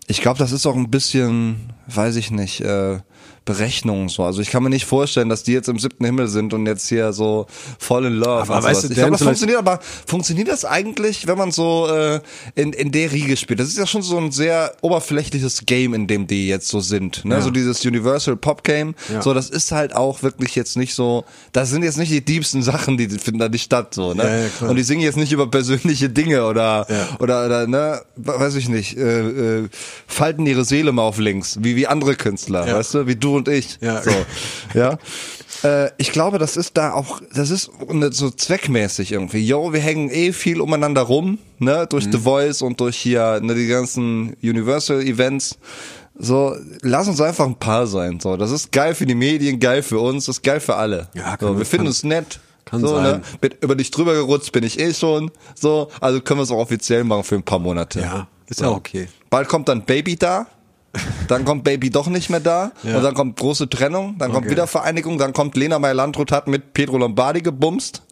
F: ich glaube, das ist auch ein bisschen, weiß ich nicht, äh, Berechnung so. Also ich kann mir nicht vorstellen, dass die jetzt im siebten Himmel sind und jetzt hier so voll in Love.
E: Aber
F: und
E: weißt
F: sowas.
E: du,
F: ich glaube,
E: Dan
F: das
E: vielleicht-
F: funktioniert, aber funktioniert das eigentlich, wenn man so äh, in, in der Riege spielt? Das ist ja schon so ein sehr oberflächliches Game, in dem die jetzt so sind. Ne? So dieses Universal Pop Game. So, das ist halt auch wirklich jetzt nicht so, das sind jetzt nicht die diebsten Sachen, die finden da nicht statt. So, ne?
E: Ja, ja, klar.
F: und die singen jetzt nicht über persönliche Dinge oder
E: Ja.
F: oder oder ne, weiß ich nicht, äh, äh, falten ihre Seele mal auf links, wie wie andere Künstler,
E: Ja.
F: weißt du, wie du und ich.
E: Ja.
F: So, ja. Äh, ich glaube, das ist da auch, das ist ne- so zweckmäßig irgendwie. Yo, wir hängen eh viel umeinander rum, ne, durch
E: Mhm.
F: The Voice und durch hier ne, die ganzen Universal Events. So, lass uns einfach ein Paar sein. So, das ist geil für die Medien, geil für uns, das ist geil für alle.
E: Ja, kann-
F: so, wir finden
E: kann-
F: uns nett.
E: kann
F: so,
E: sein.
F: Ne? Bin, über dich drüber gerutscht bin ich eh schon. So, also können wir es auch offiziell machen für ein paar Monate.
E: Ja, ist
F: so.
E: ja okay.
F: Bald kommt dann Baby da. Dann kommt Baby doch nicht mehr da.
E: Ja.
F: Und dann kommt große Trennung. Dann kommt
E: Okay.
F: Wiedervereinigung. Dann kommt Lena Meyer-Landrut hat mit Pedro Lombardi gebumst.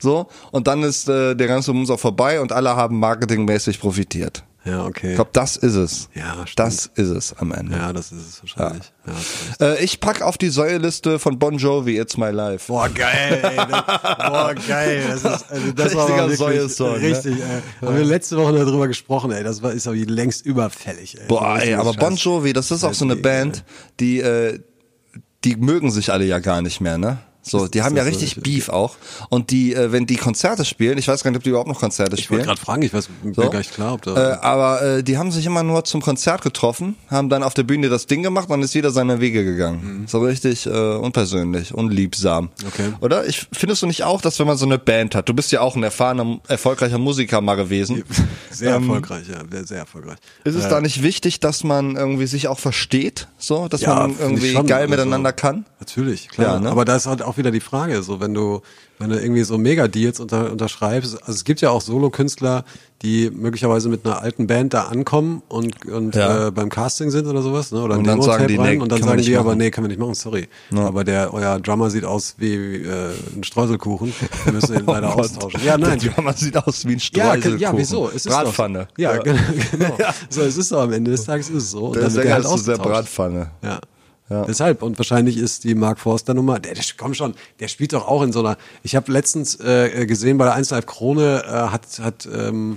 F: So. Und dann ist äh, der ganze Bums auch vorbei und alle haben marketingmäßig profitiert.
E: Ja, okay.
F: Ich glaube, das ist es.
E: Ja, stimmt.
F: das ist es am Ende.
E: Ja, das ist es wahrscheinlich. Ja. hast recht.
F: Äh, ich pack auf die Säuleliste von Bon Jovi It's My Life.
E: Boah, geil, ey. Das, boah, geil. Das, ist, also das war
F: Richtiger
E: aber wirklich,
F: Säue-Song, ne?
E: Richtig, ey. Haben wir letzte Woche noch darüber gesprochen, ey. Das war, ist aber längst überfällig, ey.
F: Boah,
E: Das ist
F: ey,
E: das
F: aber Bon
E: Scheiß.
F: Jovi, das ist auch so eine
E: Scheiße,
F: Band, die, äh, die mögen sich alle ja gar nicht mehr, ne? So, die haben ja richtig Beef auch. Und die, äh, wenn die Konzerte spielen, ich weiß gar nicht, ob die überhaupt noch Konzerte
E: Ich
F: spielen.
E: wollte gerade fragen, ich weiß mir
F: So.
E: gar nicht klar, ob
F: äh,
E: da.
F: aber äh, die haben sich immer nur zum Konzert getroffen, haben dann auf der Bühne das Ding gemacht, dann ist jeder seine Wege gegangen. So richtig äh, unpersönlich, unliebsam.
E: Mhm. Okay.
F: Oder? Ich findest du nicht auch, dass wenn man so eine Band hat, du bist ja auch ein erfahrener, erfolgreicher Musiker mal gewesen.
E: sehr erfolgreich, ja, sehr, sehr erfolgreich.
F: ähm, Ist es da nicht wichtig, dass man irgendwie sich auch versteht, so, dass man
E: find ich
F: irgendwie
E: schon.
F: geil
E: Also,
F: miteinander kann?
E: Natürlich, klar.
F: Ja, ne?
E: Aber da ist halt auch wieder die Frage, so wenn du, wenn du irgendwie so Mega-Deals unter, unterschreibst, also es gibt ja auch Solo-Künstler, die möglicherweise mit einer alten Band da ankommen und, und
F: Ja.
E: äh, beim Casting sind oder sowas, ne? Oder ein
F: Und dann sagen
E: Demo-Tape
F: die,
E: rein
F: nee,
E: und dann
F: kann man
E: sagen
F: nicht
E: die aber,
F: machen.
E: nee, kann man nicht machen, sorry. Aber der, euer Drummer sieht aus wie äh, ein Streuselkuchen. Wir müssen ihn leider austauschen. Ja, nein.
F: Oh Der Drummer sieht aus wie ein
E: Ja,
F: Streuselkuchen.
E: ja, wieso? Es ist
F: Bratpfanne.
E: Doch, ja, genau. So, es ist so, am Ende des Tages ist es so. Und
F: Der
E: dann wird
F: Sänger
E: halt
F: ist so sehr
E: ausgetauscht.
F: Bratpfanne.
E: Ja. Deshalb, und wahrscheinlich ist die Mark Forster Nummer, der, der komm schon, der spielt doch auch in so einer. Ich habe letztens äh, äh, gesehen, bei der 1 Live Krone äh, hat, hat ähm,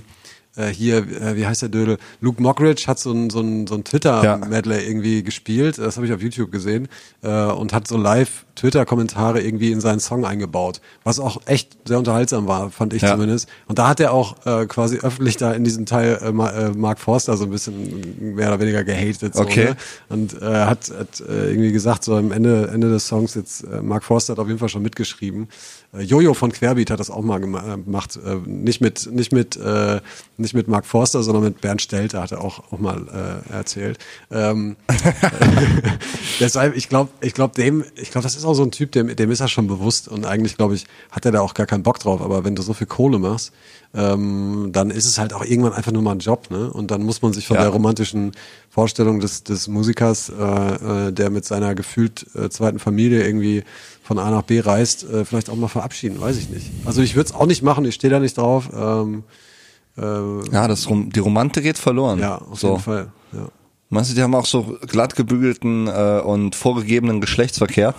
E: äh, hier, äh, wie heißt der Dödel? Luke Mockridge hat so ein, so ein, so ein
F: Ja.
E: Twitter-Medley irgendwie gespielt, das habe ich auf YouTube gesehen, äh, und hat so live Twitter-Kommentare irgendwie in seinen Song eingebaut, was auch echt sehr unterhaltsam war, fand ich
F: Ja.
E: zumindest. Und da hat er auch äh, quasi öffentlich da in diesem Teil äh, Ma- äh, Mark Forster so ein bisschen mehr oder weniger gehatet. So,
F: Okay.
E: Ne? Und äh, hat, hat äh, irgendwie gesagt, so am Ende, Ende des Songs, jetzt äh, Mark Forster hat auf jeden Fall schon mitgeschrieben. Äh, Jojo von Querbeat hat das auch mal gema- äh, gemacht. Äh, nicht, mit, nicht, mit, äh, nicht mit Mark Forster, sondern mit Bernd Stelter hat er auch, auch mal äh, erzählt. Ähm, Deshalb, ich glaube, ich glaube, dem, ich glaube, das ist auch so ein Typ, dem, dem ist er schon bewusst und eigentlich, glaube ich, hat er da auch gar keinen Bock drauf. Aber wenn du so viel Kohle machst, ähm, dann ist es halt auch irgendwann einfach nur mal ein Job, ne? Und dann muss man sich von
F: Ja.
E: der romantischen Vorstellung des, des Musikers, äh, äh, der mit seiner gefühlt äh, zweiten Familie irgendwie von A nach B reist, äh, vielleicht auch mal verabschieden, weiß ich nicht. Also ich würde es auch nicht machen, ich stehe da nicht drauf. Ähm, äh,
F: Ja, das Rom die Romantik geht verloren.
E: ja, auf
F: so.
E: jeden Fall. Ja.
F: Meinst du, die haben auch so glatt gebügelten äh, und vorgegebenen Geschlechtsverkehr?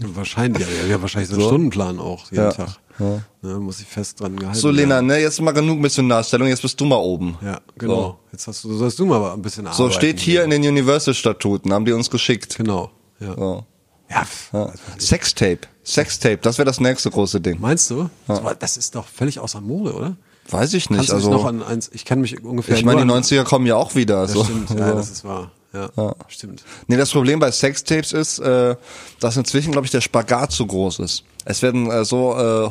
E: Wahrscheinlich, ja, ja, wahrscheinlich so einen
F: So.
E: Stundenplan auch jeden
F: Ja.
E: Tag.
F: Ja.
E: Ne, muss ich fest dran gehalten
F: So, Lena,
E: werden.
F: ne, jetzt mal genug Missionarstellung, jetzt bist du mal oben.
E: Ja, genau. Jetzt hast du, sollst du mal aber ein bisschen arbeiten.
F: So, so steht hier in den Universal-Statuten, haben die uns geschickt.
E: Genau. Ja.
F: So.
E: ja. pf,
F: Ja. Sextape. Sextape, das wäre das nächste große Ding.
E: Meinst du? Das war- Das ist doch völlig außer Mode, oder?
F: Weiß ich nicht.
E: Kannst du
F: Also,
E: dich noch an eins, ich kann mich ungefähr.
F: ich meine, die
E: nur an-
F: 90er kommen ja auch wieder.
E: Das
F: so.
E: stimmt, ja, das ist wahr. Ja, stimmt.
F: Nee, das Problem bei Sextapes ist, äh, dass inzwischen, glaube ich, der Spagat zu groß ist. Es werden äh, so äh,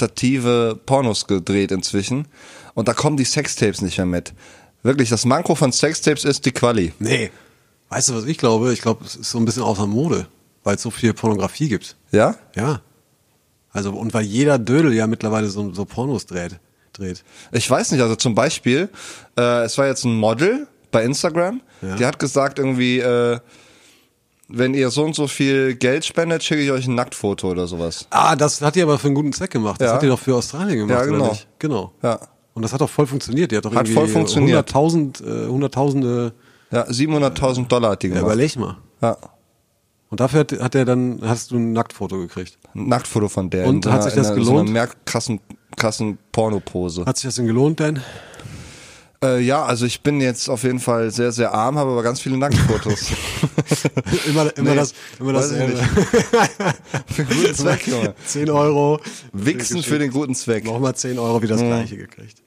F: hochqualitative Pornos gedreht inzwischen und da kommen die Sextapes nicht mehr mit. Wirklich, das Manko von Sextapes ist die Quali.
E: Nee. Weißt du, was ich glaube? Ich glaube, es ist so ein bisschen außer Mode, weil es so viel Pornografie gibt.
F: Ja?
E: Ja. Also, und weil jeder Dödel ja mittlerweile so, so Pornos dreht. dreht.
F: Ich weiß nicht, also zum Beispiel, äh, es war jetzt ein Model bei Instagram, die hat gesagt irgendwie, äh, wenn ihr so und so viel Geld spendet, schicke ich euch ein Nacktfoto oder sowas.
E: Ah, das hat die aber für einen guten Zweck gemacht. Das
F: Ja.
E: hat die doch für Australien gemacht,
F: Ja, genau.
E: oder nicht? Genau.
F: Ja.
E: Und das hat doch voll funktioniert. Die hat doch
F: Hat
E: irgendwie
F: voll funktioniert.
E: Hunderttausend, äh, hunderttausende.
F: Ja, 700.000 Dollar hat die
E: Ja,
F: gemacht.
E: überleg mal.
F: Ja,
E: Und dafür hat, hat er dann, hast du ein Nacktfoto gekriegt.
F: ein Nacktfoto von der.
E: Und
F: in
E: hat
F: so einer-
E: sich das
F: in So
E: gelohnt?
F: einer mehr krassen, krassen Pornopose.
E: Hat sich das denn gelohnt, denn?
F: Äh, ja, also ich bin jetzt auf jeden Fall sehr, sehr arm, habe aber ganz viele Nacktfotos.
E: Immer, immer
F: Nee,
E: das, immer
F: weiß
E: das. äh,
F: ich Für guten Zweck, Junge.
E: 10 Euro.
F: Wichsen für den Mhm. guten Zweck.
E: Nochmal 10 Euro wie das gleiche gekriegt.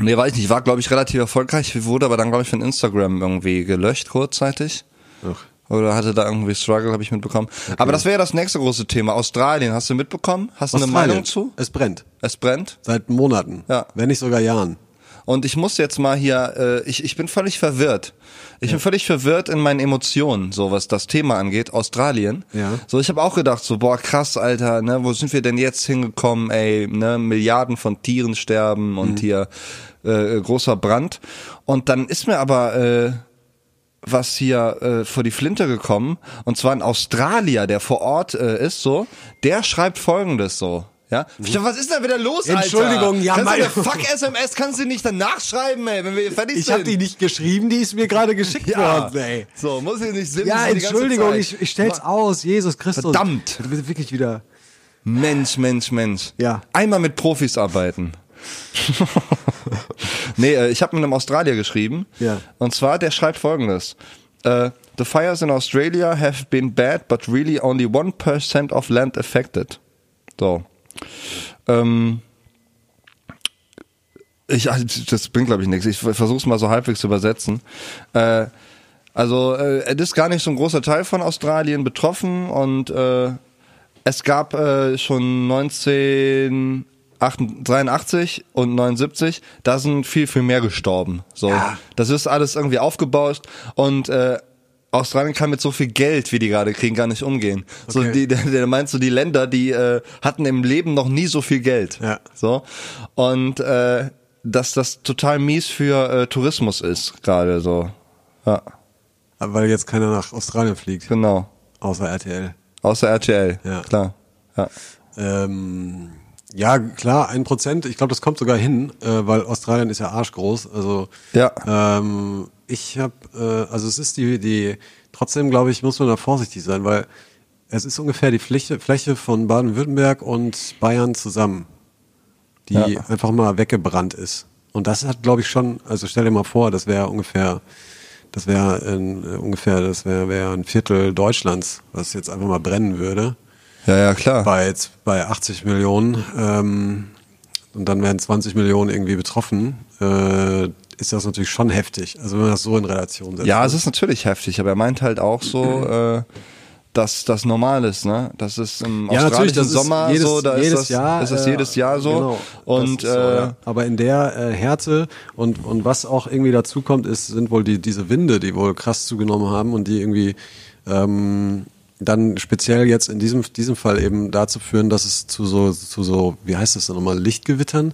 F: Nee, weiß ich nicht. War, glaube ich, relativ erfolgreich. Wurde aber dann, glaube ich, von Instagram irgendwie gelöscht kurzzeitig.
E: Ach.
F: Oder hatte da irgendwie Struggle, habe ich mitbekommen. Aber das wäre ja das nächste große Thema. Australien, hast du mitbekommen? Hast du eine
E: Australien.
F: Meinung zu?
E: Es brennt.
F: Es brennt.
E: Seit Monaten.
F: Ja.
E: Wenn nicht sogar Jahren.
F: Und ich muss jetzt mal hier, äh, ich, ich bin völlig verwirrt. Ich bin völlig verwirrt in meinen Emotionen, so was das Thema angeht, Australien.
E: Ja.
F: So, ich habe auch gedacht, so, boah, krass, Alter, ne, wo sind wir denn jetzt hingekommen, ey, ne, Milliarden von Tieren sterben
E: Mhm.
F: und hier äh, großer Brand. Und dann ist mir aber äh, was hier äh, vor die Flinte gekommen, und zwar ein Australier, der vor Ort äh, ist, so, der schreibt folgendes so. Ja? Verstehe, Was ist da wieder los,
E: Mhm. Entschuldigung,
F: Alter?
E: ja,
F: Kannst du
E: meine-
F: eine fuck SMS kannst du nicht danach schreiben, ey, wenn wir hier fertig
E: Ich
F: sind.
E: habe die nicht geschrieben, die ist mir gerade geschickt
F: ja.
E: worden, ey.
F: So, muss ich nicht simsen
E: Ja,
F: die ganze
E: Entschuldigung,
F: Zeit.
E: ich, ich stell's aus, Jesus Christus.
F: Verdammt.
E: Du bist wirklich wieder.
F: Mensch, Mensch, Mensch.
E: Ja.
F: Einmal mit Profis arbeiten. nee, äh, ich habe mit einem Australier geschrieben.
E: Ja.
F: Und zwar, der schreibt folgendes. Äh, The fires in Australia have been bad, but really only 1% of land affected. So. Ähm, ich, also, das bringt, glaube ich, nichts. Ich versuche es mal so halbwegs zu übersetzen. Äh, also, äh, es ist gar nicht so ein großer Teil von Australien betroffen und äh, es gab äh, schon 1983 und 79, da sind viel, viel mehr gestorben. So, Das ist alles irgendwie aufgebauscht und äh, Australien kann mit so viel Geld, wie die gerade kriegen, gar nicht umgehen. So, die, der, der meinst du, die Länder, die äh, hatten im Leben noch nie so viel Geld.
E: Ja.
F: So. Und äh, dass das total mies für äh, Tourismus ist, gerade so. Ja,
E: Aber weil jetzt keiner nach Australien fliegt,
F: genau.
E: außer RTL.
F: Außer RTL.
E: Ja.
F: Klar. Ja.
E: Ähm, ja, klar, ein Prozent. Ich glaube, das kommt sogar hin, äh, weil Australien ist ja arschgroß. Also
F: Ja.
E: ähm, ich habe, äh, also es ist die, die trotzdem glaube ich, muss man da vorsichtig sein, weil es ist ungefähr die Fläche, Fläche von Baden-Württemberg und Bayern zusammen, die
F: Ja.
E: einfach mal weggebrannt ist. Und das hat, glaube ich, schon, also stell dir mal vor, das wäre ungefähr, das wäre äh, ungefähr, das wäre wär ein Viertel Deutschlands, was jetzt einfach mal brennen würde
F: Ja, ja, klar.
E: bei, jetzt bei 80 Millionen ähm, und dann werden 20 Millionen irgendwie betroffen, äh, ist das natürlich schon heftig. Also wenn man das so in Relation setzt.
F: Ja, es ist natürlich heftig, aber er meint halt auch so, äh, dass das normal ist, ne? Das ist im
E: Ja, natürlich,
F: australischen
E: das ist
F: Sommer
E: jedes,
F: so, da
E: jedes
F: ist das,
E: Jahr,
F: ist das
E: äh,
F: jedes Jahr so.
E: genau, das
F: und
E: ist so, ja.
F: äh,
E: aber in der äh, Härte und und was auch irgendwie dazu kommt, ist sind wohl die diese Winde, die wohl krass zugenommen haben und die irgendwie ähm, dann speziell jetzt in diesem diesem Fall eben dazu führen, dass es zu so zu so wie heißt das denn nochmal Lichtgewittern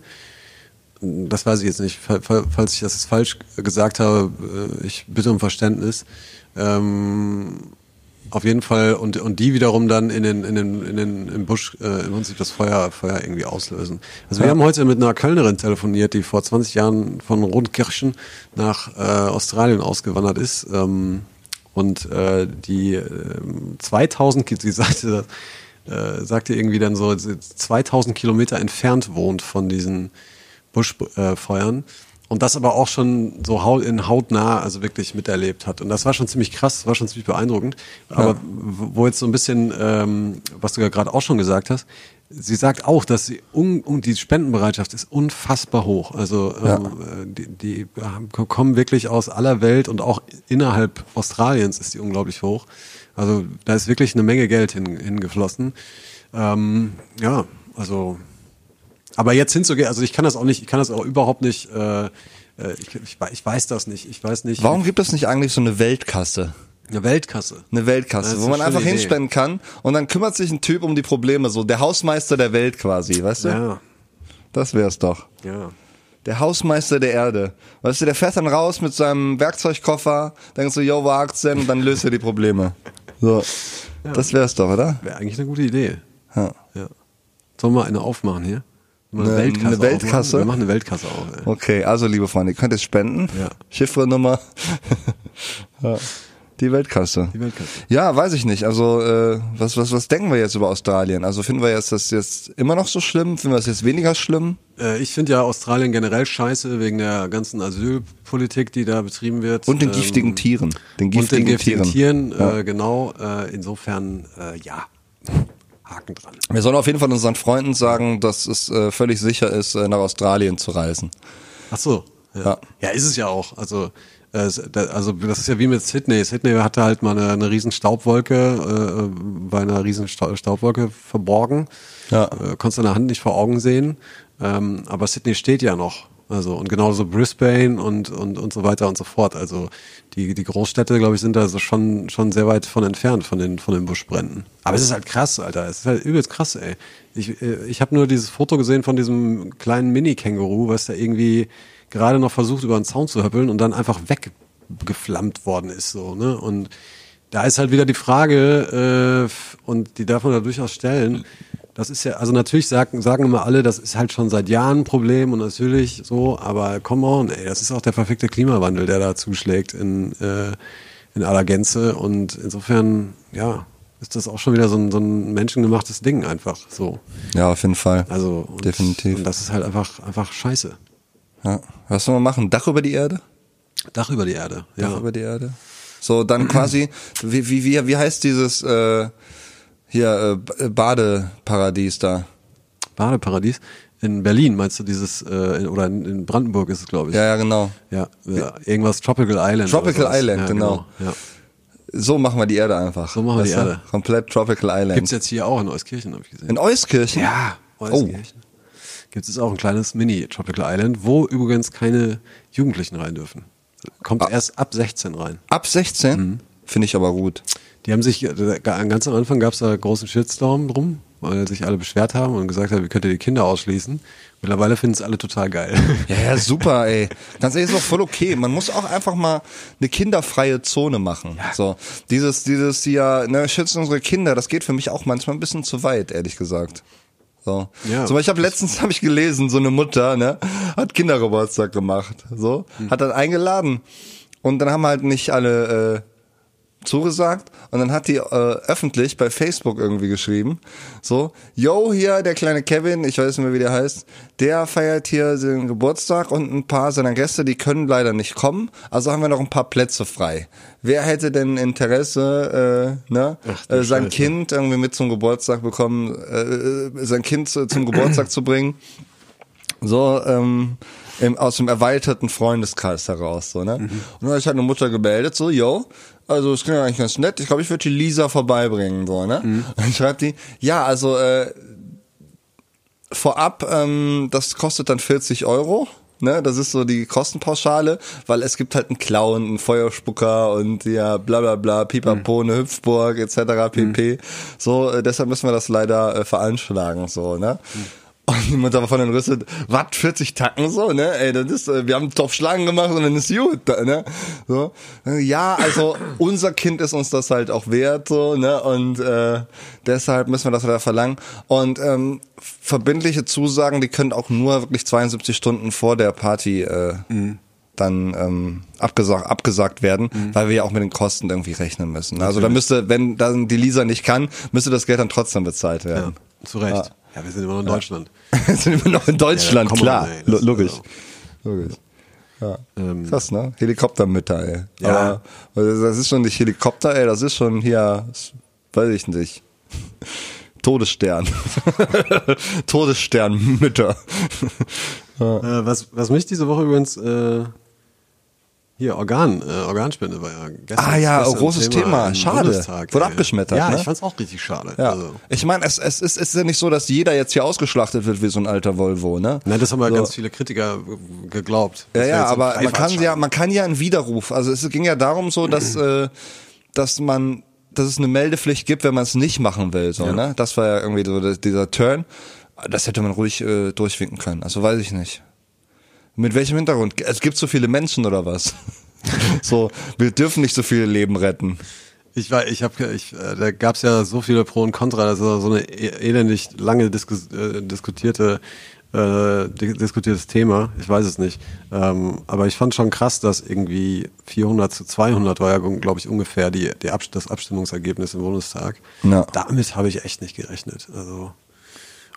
E: das weiß ich jetzt nicht, Fa- fa- falls ich das jetzt falsch gesagt habe, äh, ich bitte um Verständnis. Ähm, auf jeden Fall und, und die wiederum dann in den, in den, in den im Busch äh, im Prinzip das Feuer, Feuer irgendwie auslösen. Also wir haben heute mit einer Kölnerin telefoniert, die vor 20 Jahren von Rundkirchen nach äh, Australien ausgewandert ist. Ähm, und äh, die ähm, 2000, Ki- sie sagte, äh, sagte irgendwie dann so, sie 2000 Kilometer entfernt wohnt von diesen Buschfeuern. Äh, Feuern. und das aber auch schon so hau- in hautnah, also wirklich miterlebt hat. Und das war schon ziemlich krass, das war schon ziemlich beeindruckend. Aber w- wo jetzt so ein bisschen, ähm, was du ja gerade auch schon gesagt hast, sie sagt auch, dass sie un und die Spendenbereitschaft ist unfassbar hoch. Also ähm, äh, die, die haben- kommen wirklich aus aller Welt und auch innerhalb Australiens ist die unglaublich hoch. Also da ist wirklich eine Menge Geld hin, hingeflossen. Ähm, ja, also aber jetzt hinzugehen, also ich kann das auch nicht, ich kann das auch überhaupt nicht, äh, äh, ich, ich, wei- ich weiß das nicht, ich weiß nicht.
F: warum gibt es nicht eigentlich so eine Weltkasse?
E: Eine Weltkasse.
F: Eine
E: Das
F: Weltkasse,
E: ist
F: wo
E: eine
F: man
E: schöne
F: einfach
E: Idee.
F: hinspenden kann und dann kümmert sich ein Typ um die Probleme, so der Hausmeister der Welt quasi, weißt du?
E: Ja,
F: Das wär's doch.
E: ja.
F: Der Hausmeister der Erde. Weißt du, der fährt dann raus mit seinem Werkzeugkoffer, denkst du, yo, wo hackt's denn? Und dann löst er die Probleme. So. Das wär's doch, oder?
E: Wäre eigentlich eine gute Idee.
F: Ja.
E: Ja. Sollen wir eine aufmachen hier? Sollen wir
F: Eine- eine
E: aufmachen?
F: Weltkasse?
E: Wir machen eine Weltkasse auf. Ey.
F: Okay, also liebe Freunde, ihr könnt jetzt spenden.
E: Ja.
F: Chiffrenummer. ja. Die Weltkasse.
E: Die Weltkasse.
F: Ja, weiß ich nicht. Also äh, was was was denken wir jetzt über Australien? Also finden wir jetzt das jetzt immer noch so schlimm? Finden wir es jetzt weniger schlimm?
E: Äh, ich finde ja Australien generell scheiße wegen der ganzen Asylpolitik, die da betrieben wird.
F: Und den giftigen Tieren. Den giftigen,
E: Ähm, und den giftigen Tieren.
F: Ja.
E: äh, genau, äh, insofern, äh, ja, Haken dran.
F: Wir sollen auf jeden Fall unseren Freunden sagen, dass es äh, völlig sicher ist, äh, nach Australien zu reisen.
E: Ach so. Ja.
F: Ja.
E: ja. ist es ja auch. Also, äh, es- da- also das ist ja wie mit Sydney. Sydney hatte halt mal eine, eine riesen Staubwolke, äh, bei einer riesen Stau Staubwolke verborgen.
F: Ja.
E: Äh, konntest deine Hand nicht vor Augen sehen. Ähm, aber Sydney steht ja noch. Also und genauso Brisbane und, und, und so weiter und so fort. Also die, die Großstädte, glaube ich, sind da so schon, schon sehr weit von entfernt, von den, von den Buschbränden. Aber es ist halt krass, Alter. Es ist halt übelst krass, ey. Ich, äh, ich habe nur dieses Foto gesehen von diesem kleinen Mini-Känguru, was da irgendwie gerade noch versucht, über einen Zaun zu höppeln und dann einfach weggeflammt worden ist. so ne? Und da ist halt wieder die Frage, äh, f- und die darf man da durchaus stellen. Das ist ja, also natürlich sagen, sagen immer alle, das ist halt schon seit Jahren ein Problem und natürlich so, aber come on, ey, das ist auch der verfickte Klimawandel, der da zuschlägt in, äh, in aller Gänze und insofern, ja, ist das auch schon wieder so ein, so ein menschengemachtes Ding einfach so.
F: Ja, auf jeden Fall.
E: Also, und,
F: definitiv.
E: Und das ist halt einfach, einfach scheiße.
F: ja. Was soll man machen? Dach über die Erde?
E: Dach über die Erde,
F: Dach
E: ja.
F: über die Erde. So, dann quasi, wie, wie, wie, wie heißt dieses äh, hier äh, Badeparadies da?
E: Badeparadies. In Berlin meinst du dieses, äh, in, oder in, in Brandenburg ist es, glaube ich.
F: Ja, ja, genau.
E: Ja, ja, irgendwas Tropical Island.
F: Tropical
E: oder sowas.
F: Island,
E: ja,
F: genau.
E: Ja.
F: So machen wir die Erde einfach.
E: So machen wir die
F: Weißt du?
E: Erde.
F: Komplett Tropical Island.
E: Gibt es jetzt hier auch in Euskirchen, habe ich gesehen.
F: in Euskirchen? Oh.
E: ja, Euskirchen. Gibt es auch ein kleines Mini-Tropical Island, wo übrigens keine Jugendlichen rein dürfen.
F: Ah.
E: Kommt erst ab 16 rein.
F: Ab 16?
E: Mhm.
F: Finde ich aber gut.
E: Die haben sich, äh, ganz am Anfang gab es da großen Shitstorm drum, weil sich alle beschwert haben und gesagt haben, wie könnt ihr die Kinder ausschließen. Mittlerweile finden es alle total geil.
F: Ja, ja, super, ey. Ganz ehrlich, ist doch voll okay. Man muss auch einfach mal eine kinderfreie Zone machen. So, dieses, dieses, ja, ne, schützen unsere Kinder, das geht für mich auch manchmal ein bisschen zu weit, ehrlich gesagt. So.
E: Ja.
F: Zum Beispiel, ich habe letztens habe ich gelesen, so eine Mutter, ne, hat Kindergeburtstag gemacht, so, hat dann eingeladen und dann haben halt nicht alle äh, zugesagt und dann hat die äh, öffentlich bei Facebook irgendwie geschrieben, so, yo, hier der kleine Kevin, ich weiß nicht mehr, wie der heißt, der feiert hier seinen Geburtstag und ein paar seiner Gäste, die können leider nicht kommen, also haben wir noch ein paar Plätze frei. Wer hätte denn Interesse, äh, ne, äh, sein Kind irgendwie mit zum Geburtstag bekommen, äh, sein Kind zu, zum Geburtstag zu bringen? So, ähm, im, aus dem erweiterten Freundeskreis heraus, so, ne? Und dann hab ich halt eine Mutter gemeldet, so, yo, also es klingt eigentlich ganz nett, ich glaube, ich würde die Lisa vorbeibringen, so, ne? Und dann schreibt die, ja, also, äh, vorab, ähm, das kostet dann 40 Euro. Ne, das ist so die Kostenpauschale, weil es gibt halt einen Clown, einen Feuerspucker und ja, bla bla bla, Pipapo, eine Hüpfburg, etc. pp. So, äh, deshalb müssen wir das leider äh, veranschlagen, so, ne? Und die Mutter war von den Rüsseln, was, 40 Tacken so, ne? Ey, das ist, äh, wir haben Topf Schlagen gemacht und dann ist gut, da, ne? So. Ja, also unser Kind ist uns das halt auch wert, so, ne? Und äh, deshalb müssen wir das leider verlangen. Und ähm, verbindliche Zusagen, die können auch nur wirklich 72 Stunden vor der Party äh,
E: Mhm.
F: dann ähm, abgesagt, abgesagt werden, weil wir ja auch mit den Kosten irgendwie rechnen müssen. Also da müsste, wenn dann die Lisa nicht kann, müsste das Geld dann trotzdem bezahlt werden.
E: Zu Recht.
F: Ah.
E: Ja. wir sind immer noch in Deutschland.
F: sind wir noch in
E: Ja,
F: Deutschland,
E: komm
F: klar.
E: on, ey, das
F: Lo-
E: ist
F: logisch.
E: also-
F: Logisch. Ja.
E: Ähm,
F: Krass, ne? Helikoptermütter, ey.
E: Ja.
F: Aber das ist schon nicht Helikopter, ey, das ist schon hier, weiß ich nicht. Todesstern. Todessternmütter.
E: Äh, was, was mich diese Woche übrigens äh, hier Organ, äh, Organspende war ja gestern.
F: Ah ja,
E: gestern
F: großes Thema.
E: im
F: Schade.
E: Bundestag,
F: Wurde
E: ey.
F: abgeschmettert,
E: Ja,
F: ne?
E: ich fand's auch richtig schade.
F: Ja.
E: Also,
F: Ich meine, es, es, ist, es ist ja nicht so, dass jeder jetzt hier ausgeschlachtet wird wie so ein alter Volvo, ne?
E: Nein, das haben ja
F: so.
E: ganz viele Kritiker äh, geglaubt.
F: Ja,
E: Das wär
F: ja,
E: jetzt ein
F: aber man kann
E: Freifahrtschein.
F: ja, man kann ja einen Widerruf. Also es ging ja darum so, dass,
E: Mhm.
F: äh, dass man, dass es eine Meldepflicht gibt, wenn man es nicht machen will. So, ne? Das war ja irgendwie so der- dieser Turn. Das hätte man ruhig äh, durchwinken können. Also weiß ich nicht. Mit welchem Hintergrund? Es gibt so viele Menschen oder was? so, wir dürfen nicht so viele Leben retten.
E: Ich war, ich habe, ich, äh, da gab es ja so viele Pro und Contra, das ist ja so eine e- elendig lange diskus äh, diskutierte, äh, di diskutiertes Thema. Ich weiß es nicht, ähm, aber ich fand schon krass, dass irgendwie 400 zu 200 war ja, glaube ich, ungefähr die, die Abst das Abstimmungsergebnis im Bundestag.
F: Ja.
E: Damit habe ich echt nicht gerechnet. Also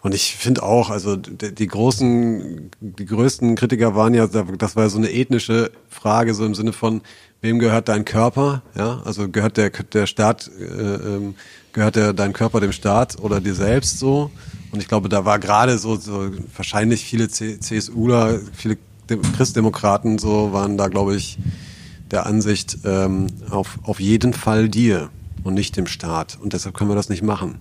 E: und ich finde auch, also die, die großen, die größten Kritiker waren ja, das war ja so eine ethnische Frage, so im Sinne von, wem gehört dein Körper? Ja, also gehört der der Staat, äh, ähm, gehört der dein Körper dem Staat oder dir selbst so? Und ich glaube, da war gerade so, so wahrscheinlich viele C CSUler, viele Dem- Christdemokraten so waren da, glaube ich, der Ansicht ähm, auf auf jeden Fall dir und nicht dem Staat. Und deshalb können wir das nicht machen.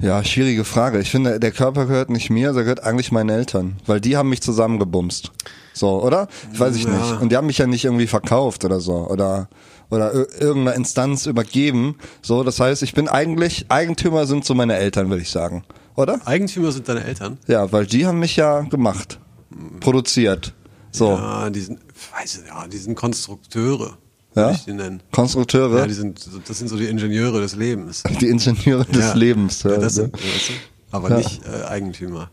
F: Ja, schwierige Frage. Ich finde, der Körper gehört nicht mir, der gehört eigentlich meinen Eltern, weil die haben mich zusammengebumst. So, oder? Weiß ich nicht. Und die haben mich ja nicht irgendwie verkauft oder so oder oder ir- irgendeiner Instanz übergeben. So, das heißt, ich bin eigentlich Eigentümer sind so meine Eltern, würde ich sagen, oder?
E: Eigentümer sind deine Eltern.
F: Ja, weil die haben mich ja gemacht, produziert. So, ja.
E: Ja, die sind, ich weiß nicht, ja, die sind Konstrukteure,
F: Ja?
E: würde ich die nennen.
F: Konstrukteure,
E: Ja, die
F: die,
E: sind, so- das sind so die Ingenieure des Lebens.
F: Ingenieure
E: Ja.
F: des Lebens. Ja,
E: Ja, das
F: ne?
E: sind, weißt du, aber
F: Ja.
E: nicht äh, Eigentümer.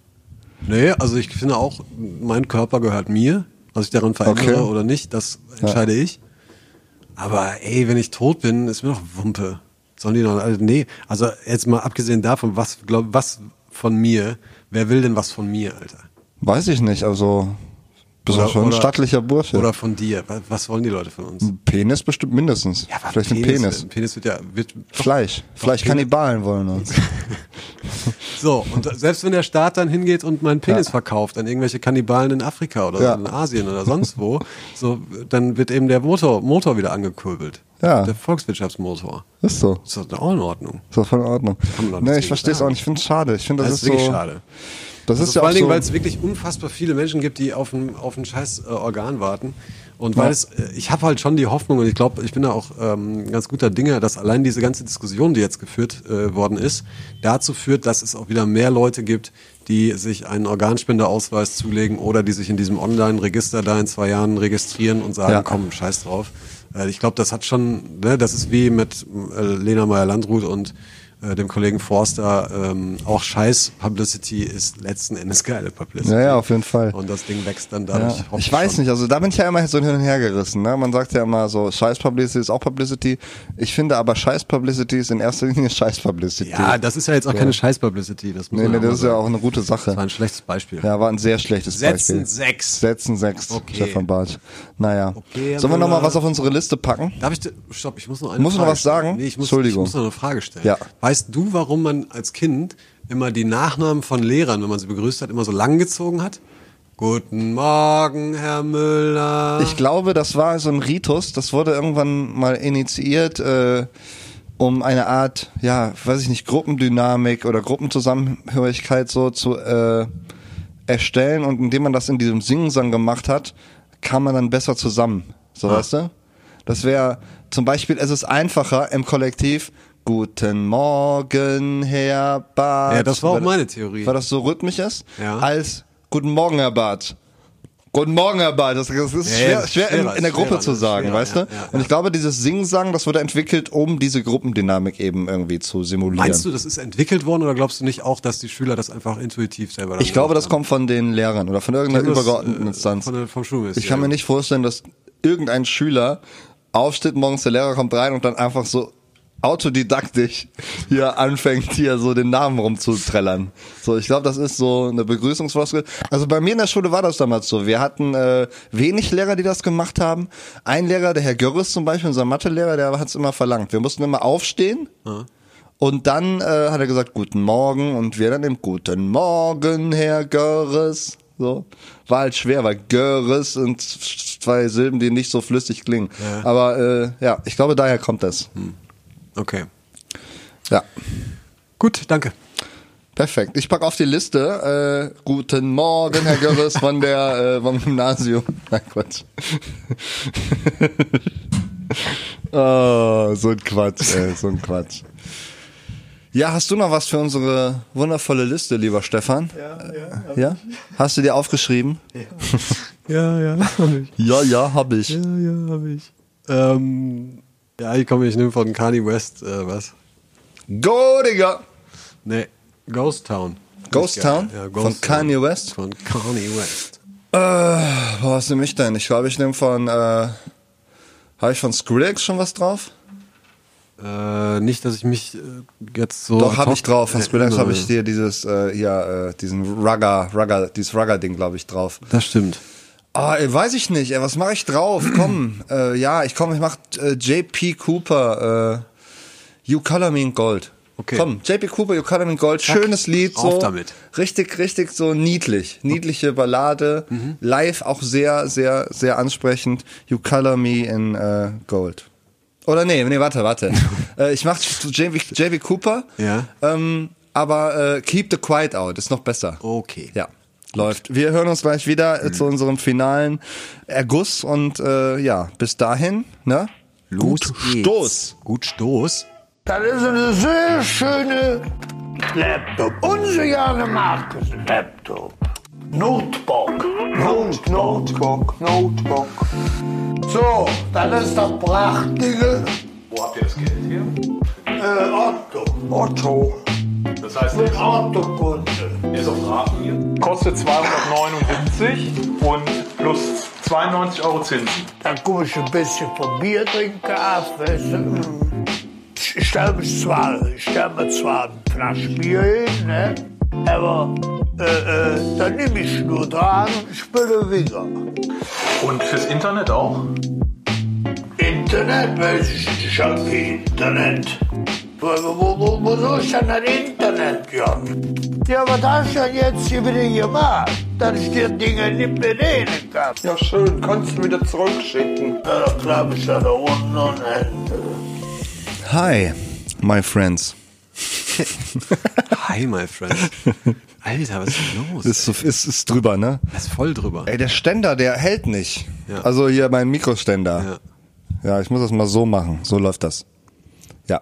E: Nee, also ich finde auch, mein Körper gehört mir. Was ich daran verändere
F: Okay.
E: oder nicht, das entscheide ich. Aber ey, wenn ich tot bin, ist mir doch Wumpe. Sollen die noch, also nee, also jetzt mal abgesehen davon, was, glaub, was von mir, wer will denn was von mir, Alter?
F: Weiß ich nicht, also Bist
E: Oder-
F: du schon ein
E: oder-
F: stattlicher Bursche.
E: Oder von dir. Wa- Was wollen die Leute von uns?
F: Penis bestimmt mindestens.
E: aber
F: Vielleicht ein Penis.
E: Ein Penis wird ja. Wird,
F: Fleisch. Vielleicht
E: Penis-
F: Kannibalen wollen uns.
E: so, und selbst wenn der Staat dann hingeht und meinen Penis verkauft an irgendwelche Kannibalen in Afrika oder
F: Ja.
E: in Asien oder sonst wo, so, dann wird eben der Motor, Motor wieder angekurbelt.
F: Ja.
E: Der Volkswirtschaftsmotor.
F: Ist so.
E: Ist doch auch in Ordnung.
F: Ist doch voll in Ordnung.
E: Kann man doch
F: Nee,
E: nichts
F: ich
E: gegen
F: verstehe es auch
E: sagen.
F: nicht. Ich finde es schade. Ich finde, das,
E: Das, ist
F: ist
E: wirklich
F: so.
E: schade.
F: Das
E: Also
F: ist ja
E: vor
F: auch
E: allen Dingen,
F: so.
E: weil es wirklich unfassbar viele Menschen gibt, die auf ein, auf ein scheiß äh, Organ warten. Und weil
F: Ja.
E: es, äh, ich habe halt schon die Hoffnung und ich glaube, ich bin da auch ähm, ganz guter Dinge, dass allein diese ganze Diskussion, die jetzt geführt äh, worden ist, dazu führt, dass es auch wieder mehr Leute gibt, die sich einen Organspendeausweis zulegen oder die sich in diesem Online-Register da in zwei Jahren registrieren und sagen,
F: Ja.
E: komm, scheiß drauf. Äh, ich glaube, das hat schon, ne, das ist wie mit äh, Lena Meyer-Landrut und äh, dem Kollegen Forster, ähm, auch scheiß Publicity ist letzten Endes geile Publicity.
F: Ja, ja, auf jeden Fall.
E: Und das Ding wächst dann
F: Ja.
E: dadurch. Oh, hoffe
F: Ich weiß
E: schon.
F: nicht, also da bin ich ja immer so hin und her gerissen. Ne? Man sagt ja immer so, scheiß Publicity ist auch Publicity. Ich finde aber scheiß Publicity ist in erster Linie scheiß Publicity.
E: Ja, das ist ja jetzt auch keine scheiß Publicity. Das muss
F: nee,
E: man
F: nee,
E: mal
F: das ist ja
E: sagen.
F: auch eine gute
E: Das war
F: Sache.
E: ein schlechtes Beispiel.
F: Ja, war ein sehr schlechtes
E: Setzen
F: Beispiel.
E: sechs.
F: Setzen sechs,
E: Okay.
F: Stefan Barth. Naja.
E: Okay, also Herr
F: Sollen wir nochmal
E: Müller.
F: was auf unsere Liste packen?
E: Darf ich, d- stopp, ich muss noch eine
F: Muss noch
E: Frage
F: was sagen?
E: stellen. Nee, ich muss,
F: Entschuldigung.
E: Ich muss noch eine Frage stellen.
F: Ja.
E: Weißt du, warum man als Kind immer die Nachnamen von Lehrern, wenn man sie begrüßt hat, immer so lang gezogen hat? Guten Morgen, Herr Müller.
F: Ich glaube, das war so ein Ritus, das wurde irgendwann mal initiiert, äh, um eine Art, ja, weiß ich nicht, Gruppendynamik oder Gruppenzusammenhörigkeit so zu äh, erstellen und indem man das in diesem Singsang gemacht hat, kam man dann besser zusammen. So
E: Ah.
F: weißt du? Das wäre zum Beispiel, es ist einfacher im Kollektiv. Guten Morgen, Herr Barth.
E: Ja, das war auch
F: Weil-
E: meine Theorie.
F: Weil das so rhythmisch ist,
E: Ja.
F: als Guten Morgen, Herr Barth. Guten Morgen, Herr Barth. Das, das ist
E: Ja,
F: schwer,
E: das ist
F: schwer in,
E: schwerer,
F: in der
E: ist
F: Gruppe
E: schwerer,
F: zu
E: ne?
F: sagen,
E: Schwerer,
F: weißt du?
E: ja, ja,
F: Und ich glaube, dieses Singsang, das wurde entwickelt, um diese Gruppendynamik eben irgendwie zu simulieren.
E: Meinst du, das ist entwickelt worden oder glaubst du nicht auch, dass die Schüler das einfach intuitiv selber dann
F: ich glaube,
E: gemacht
F: das kommt von den Lehrern oder von irgendeiner
E: Ich glaub, das,
F: übergeordneten
E: äh,
F: Instanz.
E: von der- vom Schulministerium.
F: ich kann mir nicht vorstellen, dass irgendein Schüler aufsteht, morgens der Lehrer kommt rein und dann einfach so autodidaktisch hier anfängt, hier so den Namen rumzutrellern. So, ich glaube, das ist so eine Begrüßungsfloskel. Also bei mir in der Schule war das damals so. Wir hatten äh, wenig Lehrer, die das gemacht haben. Ein Lehrer, der Herr Görres zum Beispiel, unser Mathelehrer, der hat es immer verlangt. Wir mussten immer aufstehen. Und dann äh, hat er gesagt, guten Morgen und wir dann im Guten Morgen, Herr Görres. So. War halt schwer, weil Görres sind zwei Silben, die nicht so flüssig klingen. Aber äh, ja, ich glaube, daher kommt das.
E: haben? Okay.
F: Ja,
E: Gut, danke.
F: perfekt. Ich packe auf die Liste. Äh, guten Morgen, Herr Görres von der äh, vom Gymnasium. Nein, Quatsch. oh, so ein Quatsch, ey, so ein Quatsch. Ja, hast du noch was für unsere wundervolle Liste, lieber Stefan? Ja, ja. ja? Hast du dir aufgeschrieben?
E: Ja, ja, hab ich.
F: Ja, ja, habe ich.
E: Ja, ja, hab ich. Ähm, ja, ich komme, ich nehme von Kanye West, äh, was?
F: Go, Digga!
E: Nee, Ghost Town.
F: Ghost Town? Von Kanye West?
E: Von Kanye West.
F: Boah, was nehme ich denn? Ich glaube, ich nehme von, äh, habe ich von Skrillex schon was drauf?
E: Äh, nicht, dass ich mich äh, jetzt so.
F: Doch,
E: ad
F: habe
E: hoc
F: ich drauf. Von Skrillex habe ich
E: erinnere.
F: dir dieses, äh, hier, äh, diesen Rugger, Rugger, dieses Rugger-Ding, glaube ich, drauf.
E: Das stimmt.
F: Ah, ey, weiß ich nicht. Ey, was mache ich drauf? Komm, äh, ja, ich komm, ich mach äh, JP Cooper, äh, You Color Me in Gold.
E: Okay.
F: Komm, JP Cooper, You Color Me in Gold, schönes Lied. So,
E: Auf damit.
F: Richtig, richtig so niedlich. Niedliche Ballade,
E: Mhm.
F: live auch sehr, sehr, sehr ansprechend. You Color Me in äh, Gold. Oder nee, nee, warte, warte. äh, ich mach JP, JP Cooper,
E: Ja.
F: ähm, aber äh, Keep the Quiet Out ist noch besser.
E: Okay.
F: Ja, läuft. Wir hören uns gleich wieder äh, zu
E: Mhm.
F: unserem finalen Erguss und äh, ja, bis dahin, ne?
E: Los
F: Gut
E: geht's.
F: Stoß.
E: Gut Stoß.
I: Das ist eine sehr schöne Laptop. Unsere Marke ist Laptop. Notebook. Not, Notebook. Notebook. So, das ist das prachtige. Wo habt ihr das Geld hier? Äh, Otto. Otto. Das heißt, mit Autokunde. Ist auf Raten hier?
J: Kostet 279 und plus 92 Euro Zinsen.
I: Dann komme ich ein bisschen von Bier trinken, Kaffee. Ich stelle mich zwar, ich stell mir zwar ein Flasch Bier hin, ne? aber äh, äh, dann nehme ich nur dran, spüle wieder.
J: Und fürs Internet auch?
I: Internet, weiß ich, ich hab kein Internet. Wo, wo, wo, wo soll ich denn ein Internet haben? Ja, was hast du denn jetzt hier wieder gemacht? Dass ich dir Dinge nicht benehmen kann.
J: Ja, schön. Kannst du wieder zurückschicken?
I: Ja, da klappe ich ja da unten und Ende.
F: Hi, my friends.
E: Hi, my friend. Alter, was ist denn los?
F: Ist, so, ist, ist drüber, ne?
E: Das ist voll drüber.
F: Ey, der Ständer, der hält nicht.
E: Ja.
F: Also hier mein Mikroständer.
E: Ja.
F: Ja. ich muss das mal so machen. So läuft das. Ja.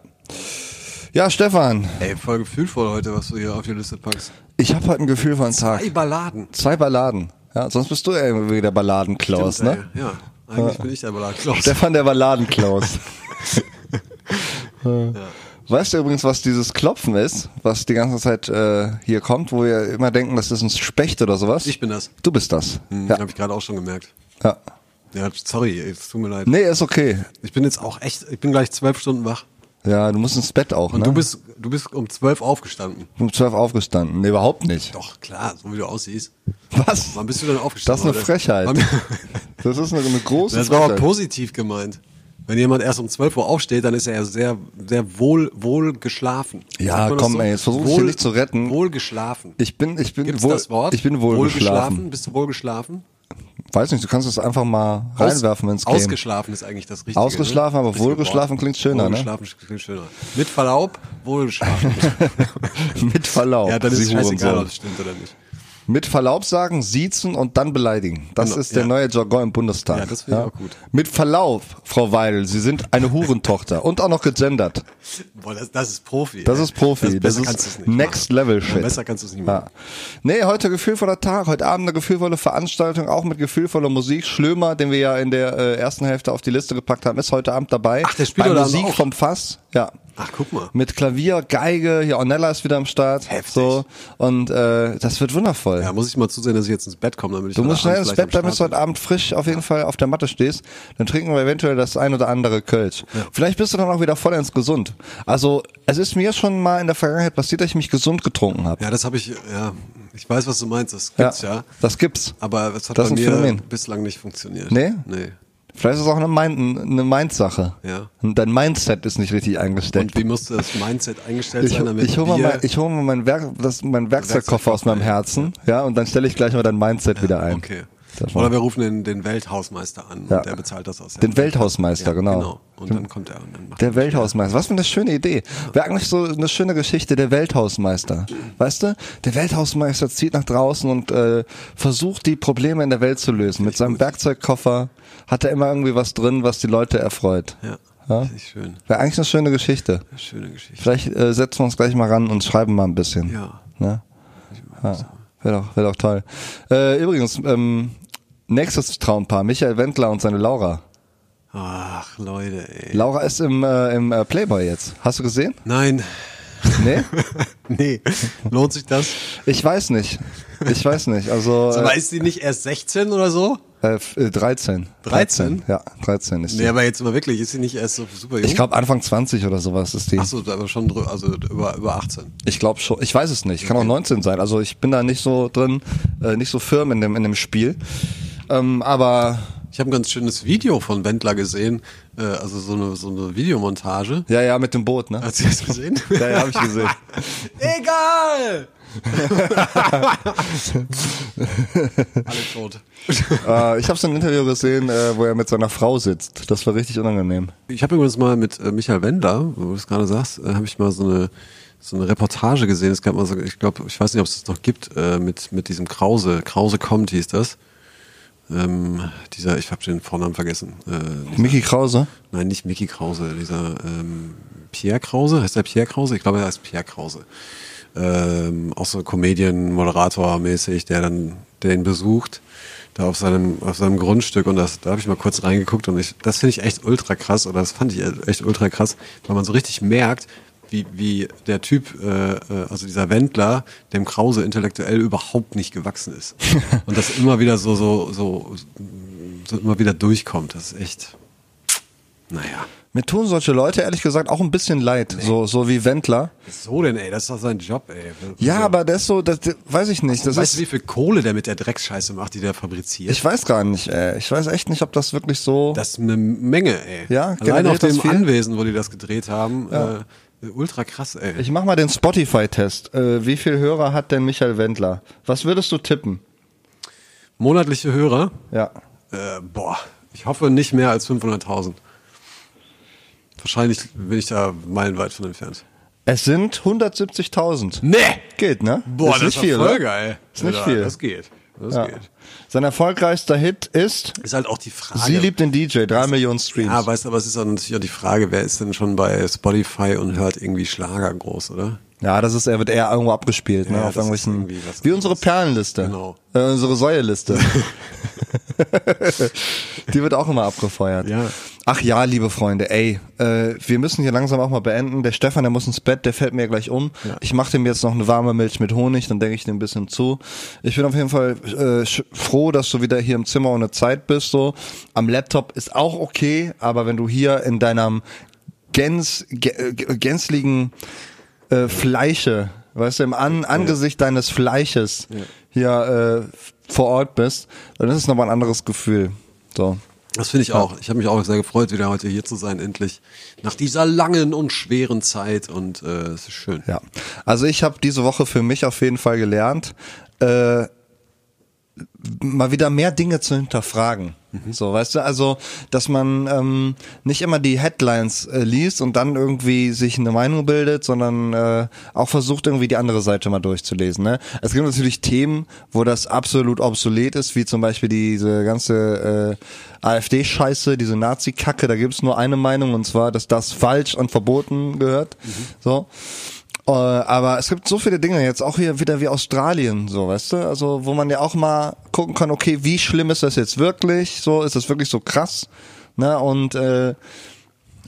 F: Ja, Stefan,
E: Ey, voll gefühlvoll heute, was du hier auf die Liste packst.
F: ich habe heute ein Gefühl von Tag.
E: Ey, Balladen.
F: Zwei Balladen. Ja, sonst bist du ja irgendwie der Balladenklaus,
E: Stimmt,
F: ne?
E: ey. Ja, eigentlich bin ich der Balladenklaus.
F: Stefan der Balladenklaus. Äh, Weißt du übrigens, was dieses Klopfen ist, was die ganze Zeit äh, hier kommt, wo wir immer denken, das ist ein Specht oder sowas?
E: Ich bin das.
F: Du bist das.
E: Hm,
F: ja.
E: Habe ich gerade auch schon gemerkt.
F: ja.
E: Ja, sorry, ey, es tut mir leid.
F: Nee, ist okay.
E: Ich bin jetzt auch echt, ich bin gleich zwölf Stunden wach.
F: Ja, du musst ins Bett auch,
E: Und
F: ne?
E: du bist, du bist um zwölf aufgestanden.
F: um 12 aufgestanden. Nee, überhaupt nicht.
E: Doch, klar, so wie du aussiehst.
F: Was?
E: Wann bist du denn
F: Das ist
E: aufgestanden?
F: eine Frechheit. Das ist eine, eine große
E: Das war aber
F: Frechheit.
E: positiv gemeint. Wenn jemand erst um 12 Uhr aufsteht, dann ist er ja sehr, sehr wohl, wohl geschlafen.
F: Ja,
E: Sagt man das
F: komm, ey, jetzt versuch mich hier
E: Wohl-
F: nicht zu retten.
E: Wohl geschlafen.
F: ich bin, ich bin
E: Gibt's
F: wohl,
E: das Wort?
F: ich bin wohl, geschlafen.
E: Bist du wohl geschlafen?
F: Weiß nicht, du kannst es einfach mal reinwerfen ins Game.
E: Ausgeschlafen ist eigentlich das Richtige. ne?
F: Ausgeschlafen, aber
E: Richtige
F: wohlgeschlafen
E: Wort.
F: klingt schöner, ne?
E: Wohlgeschlafen klingt schöner. Mit Verlaub, wohlgeschlafen.
F: Mit Verlaub.
E: ja, dann ist es
F: Sie Hurensohn.
E: scheißegal, ob es stimmt oder nicht.
F: Mit Verlaub sagen, siezen und dann beleidigen. Das
E: Genau,
F: ist der
E: ja.
F: neue Jargon im Bundestag.
E: Ja, das finde ich auch gut.
F: Mit Verlaub, Frau Weidel, Sie sind eine Hurentochter und auch noch gegendert.
E: Boah, das, das ist Profi.
F: Das
E: ey.
F: ist Profi. Das,
E: besser kannst du's
F: ist
E: nicht machen.
F: Next Level Shit.
E: Ja, besser kannst du es nicht
F: Ja.
E: machen.
F: Nee, heute gefühlvoller Tag, heute Abend eine gefühlvolle Veranstaltung, auch mit gefühlvoller Musik. Schlömer, den wir ja in der äh, ersten Hälfte auf die Liste gepackt haben, ist heute Abend dabei.
E: Ach, der spielt
F: Bei
E: heute Abend
F: Musik
E: auch.
F: vom Fass, ja.
E: Ach, guck mal.
F: Mit Klavier, Geige, hier Ornella ist wieder am Start.
E: Heftig.
F: So. Und äh, das wird wundervoll.
E: Ja, muss ich mal zusehen, dass ich jetzt ins Bett komme, damit ich
F: Du
E: heute
F: musst schnell
E: Abend
F: ins
E: vielleicht
F: Bett,
E: am
F: damit du
E: Start
F: heute Abend frisch auf jeden Fall auf der Matte stehst. Dann trinken wir eventuell das ein oder andere Kölsch. Vielleicht bist du dann auch wieder vollends gesund. Also es ist mir schon mal in der Vergangenheit passiert, dass ich mich gesund getrunken habe.
E: bin. Ja, das habe ich, ja, ich weiß, was du meinst, das
F: Ja,
E: gibt's ja.
F: Das gibt's.
E: Aber es hat
F: Das
E: bei
F: ist ein
E: mir
F: Phänomen.
E: bislang nicht funktioniert.
F: Nee?
E: Nee.
F: Vielleicht ist es auch eine, Mind, eine Mindsache.
E: Ja.
F: Und dein Mindset ist nicht richtig
E: Und
F: eingestellt.
E: wie musste das Mindset eingestellt
F: Ich,
E: sein, damit
F: ich hole mal,
E: wir-
F: mein, ich hol mal mein, Werk, das, mein Werkzeugkoffer aus meinem Herzen, ja, und dann stelle ich gleich mal dein Mindset wieder ein.
E: Okay.
F: Das war-
E: Oder wir rufen den, den Welthausmeister an
F: Ja.
E: und der bezahlt das aus. der
F: Den
E: Hand.
F: Welthausmeister, genau.
E: Genau. Und dann kommt er und dann macht
F: Der Welthausmeister. Was für eine schöne Idee. Wäre eigentlich so eine schöne Geschichte, der Welthausmeister. Weißt du? Der Welthausmeister zieht nach draußen und äh, versucht, die Probleme in der Welt zu lösen. Mit seinem Werkzeugkoffer hat er immer irgendwie was drin, was die Leute erfreut.
E: Ja.
F: Ja?
E: Finde ich schön.
F: Wäre eigentlich eine schöne Geschichte.
E: Schöne Geschichte.
F: Vielleicht äh, setzen wir uns gleich mal ran und schreiben mal ein bisschen.
E: Ja.
F: Ne? ja. Wäre doch, wär doch toll. Äh, übrigens, ähm, nächstes Traumpaar, Michael Wendler und seine Laura.
E: Ach, Leute, ey.
F: Laura ist im, äh, im äh, Playboy jetzt. Hast du gesehen?
E: Nein.
F: Nee?
E: Nee. Lohnt sich das?
F: Ich weiß nicht. Ich weiß nicht. Also
E: Aber
F: äh,
E: ist die nicht erst 16 oder so?
F: äh, f- äh, 13.
E: 13?
F: Ja, 13 ist
E: Nee,
F: die.
E: aber jetzt mal wirklich, ist sie nicht erst so super jung?
F: Ich glaube Anfang 20 oder sowas ist die.
E: Achso, aber schon drü- also über, über 18.
F: Ich glaube schon. Ich weiß es nicht. Kann auch 19 sein. Also ich bin da nicht so drin, äh, nicht so firm in dem in dem Spiel. Ähm, aber
E: Ich habe ein ganz schönes Video von Wendler gesehen, äh, also so eine, so eine Videomontage.
F: ja, ja, mit dem Boot, ne?
E: Hast du das gesehen?
F: Ja, ja, habe ich gesehen.
E: Egal! Alle tot.
F: äh, ich habe so ein Interview gesehen, äh, wo er mit seiner Frau sitzt. Das war richtig unangenehm.
E: Ich habe übrigens mal mit äh, Michael Wendler, wo du es gerade sagst, äh, habe ich mal so eine so eine Reportage gesehen. Es gab mal so, ich glaube, ich weiß nicht, ob es das noch gibt, äh, mit mit diesem Krause, Krause kommt hieß das. Ähm, dieser, ich habe den Vornamen vergessen. Äh,
F: Mickey Krause.
E: Nein, nicht Mickey Krause, dieser ähm, Pierre Krause, heißt der Pierre Krause? Ich glaube, er heißt Pierre Krause. Ähm, auch so Comedian, Moderator mäßig, der dann der ihn besucht, da auf seinem, auf seinem Grundstück und das, da habe ich mal kurz reingeguckt und ich, das finde ich echt ultra krass oder das fand ich echt ultra krass, weil man so richtig merkt, wie, wie der Typ, äh, äh, also dieser Wendler, dem Krause intellektuell überhaupt nicht gewachsen ist. Und das immer wieder so, so, so, so immer wieder durchkommt. Das ist echt Naja.
F: Mir tun solche Leute ehrlich gesagt auch ein bisschen leid, so, so wie Wendler.
E: So denn, ey, das ist doch sein Job, ey.
F: Ja, aber das so, das weiß ich nicht. Das
E: weißt du,
F: ist,
E: wie viel Kohle der mit der Drecksscheiße macht, die der fabriziert?
F: ich weiß gar nicht, ey. Ich weiß echt nicht, ob das wirklich so.
E: das ist eine Menge, ey.
F: Ja,
E: Allein
F: generiert
E: auf
F: das
E: dem
F: viel?
E: Anwesen, wo die das gedreht haben, äh, ultra krass, ey.
F: Ich mach mal den Spotify-Test. Äh, wie viel Hörer hat denn Michael Wendler? Was würdest du tippen?
E: Monatliche Hörer?
F: Ja.
E: Äh, boah, ich hoffe nicht mehr als 500.000. Wahrscheinlich bin ich da meilenweit von entfernt.
F: Es sind 170.000.
E: Nee!
F: Geht, ne?
E: Boah, das ist
F: viel,
E: voll
F: ne?
E: geil.
F: Ist nicht
E: Alter,
F: viel.
E: Das geht. Das
F: Ja.
E: geht.
F: Sein erfolgreichster Hit ist
E: Ist halt auch die Frage.
F: Sie liebt den DJ, drei Millionen Streams.
E: Ja, weißt du, aber es ist auch natürlich auch die Frage, wer ist denn schon bei Spotify und hört irgendwie Schlager groß, oder?
F: Ja, das ist, er wird eher irgendwo abgespielt, ne?
E: Ja,
F: auf
E: das ist
F: irgendwelchen.
E: irgendwie was
F: Wie unsere
E: anderes.
F: Perlenliste.
E: Genau.
F: Äh, unsere Säueliste. Die wird auch immer abgefeuert.
E: Ja.
F: Ach ja, liebe Freunde, ey, äh, wir müssen hier langsam auch mal beenden. Der Stefan, der muss ins Bett, der fällt mir gleich um. Ich mache dem jetzt noch eine warme Milch mit Honig, dann denke ich dem ein bisschen zu. Ich bin auf jeden Fall äh, sch- froh, dass du wieder hier im Zimmer ohne Zeit bist. So am Laptop ist auch okay, aber wenn du hier in deinem Gänz, gä- äh, gänzligen äh, Fleische, weißt du, im An Angesicht deines Fleisches hier äh, vor Ort bist, dann ist es nochmal ein anderes Gefühl. So.
E: Das finde ich auch. Ich habe mich auch sehr gefreut, wieder heute hier zu sein, endlich. Nach dieser langen und schweren Zeit und äh, es ist schön.
F: Ja, also ich habe diese Woche für mich auf jeden Fall gelernt, äh, mal wieder mehr Dinge zu hinterfragen. So, weißt du, also, dass man ähm, nicht immer die Headlines äh, liest und dann irgendwie sich eine Meinung bildet, sondern äh, auch versucht, irgendwie die andere Seite mal durchzulesen. Ne? Es gibt natürlich Themen, wo das absolut obsolet ist, wie zum Beispiel diese ganze äh, AfD-Scheiße, diese Nazi-Kacke, da gibt's nur eine Meinung und zwar, dass das falsch und verboten gehört. So. Äh, aber es gibt so viele Dinge jetzt auch hier wieder wie Australien, so weißt du, also wo man ja auch mal gucken kann, okay, wie schlimm ist das jetzt wirklich? So ist das wirklich so krass, ne? Und äh,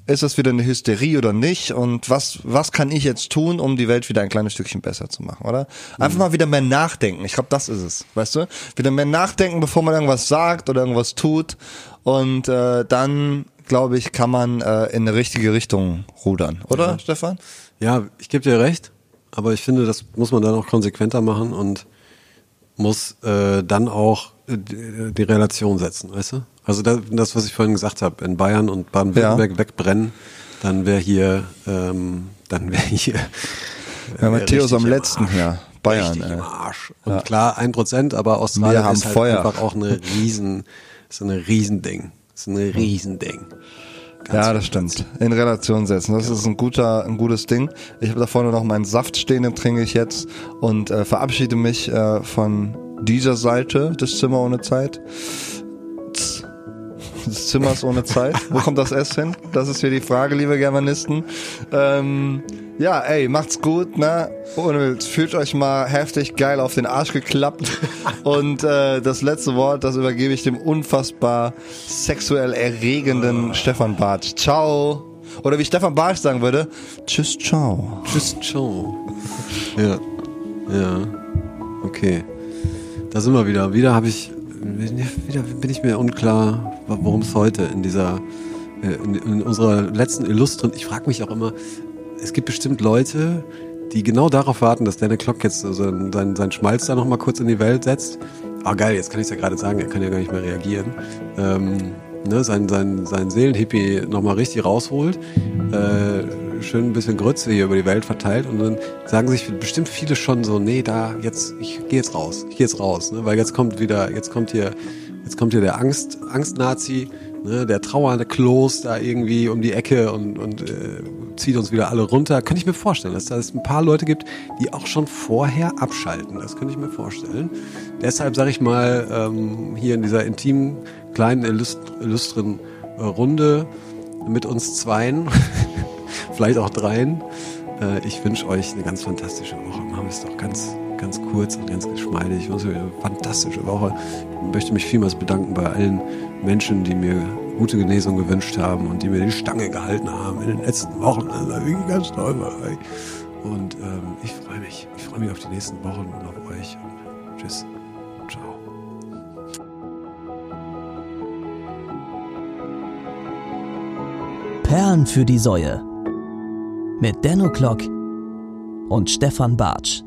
F: ist das wieder eine Hysterie oder nicht? Und was was kann ich jetzt tun, um die Welt wieder ein kleines Stückchen besser zu machen, oder? Einfach mal wieder mehr nachdenken. Ich glaube, das ist es, weißt du? Wieder mehr nachdenken, bevor man irgendwas sagt oder irgendwas tut. Und äh, dann glaube ich, kann man äh, in eine richtige Richtung rudern, oder Stefan?
E: Ja, ich gebe dir recht, aber ich finde, das muss man dann auch konsequenter machen und muss äh, dann auch äh, die die Relation setzen, weißt du? Also da- das, was ich vorhin gesagt habe, in Bayern und Baden-Württemberg wegbrennen, dann wäre hier, ähm, dann wäre hier
F: Ja, Matthäus
E: richtig
F: am
E: im
F: letzten
E: Arsch.
F: hier. Bayern. äh,
E: richtig
F: Ey.
E: im Arsch. Und klar, ein Prozent, aber Australien
F: Wir haben
E: ist halt
F: Feuer.
E: einfach auch eine riesen, ist eine Riesending. Ist ein Riesending.
F: Ja, das stimmt. In Relation setzen. Das ist ein guter, ein gutes Ding. Ich habe da vorne noch meinen Saft stehen, den trinke ich jetzt und äh, verabschiede mich äh, von dieser Seite des Zimmer ohne Zeit. Z- Des Zimmers ohne Zeit. Wo kommt das S hin? Das ist hier die Frage, liebe Germanisten. Ähm, ja, ey, macht's gut, ne? Ohne Witz, fühlt euch mal heftig geil auf den Arsch geklappt. Und äh, das letzte Wort, das übergebe ich dem unfassbar sexuell erregenden Stefan Bartsch. Ciao. Oder wie Stefan Bartsch sagen würde, tschüss, ciao.
E: Tschüss, ciao. Ja. Ja. Okay. Da sind wir wieder. Wieder habe ich. Wieder bin ich mir unklar, worum es heute in dieser. äh, In, in unserer letzten Illustren. Ich frage mich auch immer, es gibt bestimmt Leute, die genau darauf warten, dass Daniel Klock jetzt so seinen, seinen, seinen Schmalz da nochmal kurz in die Welt setzt. Ah, geil, jetzt kann ich es ja gerade sagen, er kann ja gar nicht mehr reagieren. Ähm, ne, seinen, seinen, seinen Seelenhippie nochmal richtig rausholt, äh, schön ein bisschen Grütze hier über die Welt verteilt und dann sagen sich bestimmt viele schon so, nee, da, jetzt, ich gehe jetzt raus, ich gehe jetzt raus, ne, weil jetzt kommt wieder, jetzt kommt hier, jetzt kommt hier der Angst, Angst-Nazi, ne, der trauernde Klos da irgendwie um die Ecke und, und äh, zieht uns wieder alle runter. Könnte ich mir vorstellen, dass da es ein paar Leute gibt, die auch schon vorher abschalten. Das könnte ich mir vorstellen. Deshalb sage ich mal, ähm, hier in dieser intimen, kleinen, illust illustren äh, Runde mit uns Zweien, vielleicht auch Dreien, äh, ich wünsche euch eine ganz fantastische Woche. Machen wir es doch ganz ganz kurz und ganz geschmeidig. Ich wünsche euch eine fantastische Woche. Ich möchte mich vielmals bedanken bei allen Menschen, die mir gute Genesung gewünscht haben und die mir die Stange gehalten haben in den letzten Wochen. Das war wirklich ganz toll bei euch. Und ähm, ich freue mich. Ich freue mich auf die nächsten Wochen und auf euch. Und tschüss. Ciao.
K: Perlen für die Säue mit Denno Klock und Stefan Bartsch.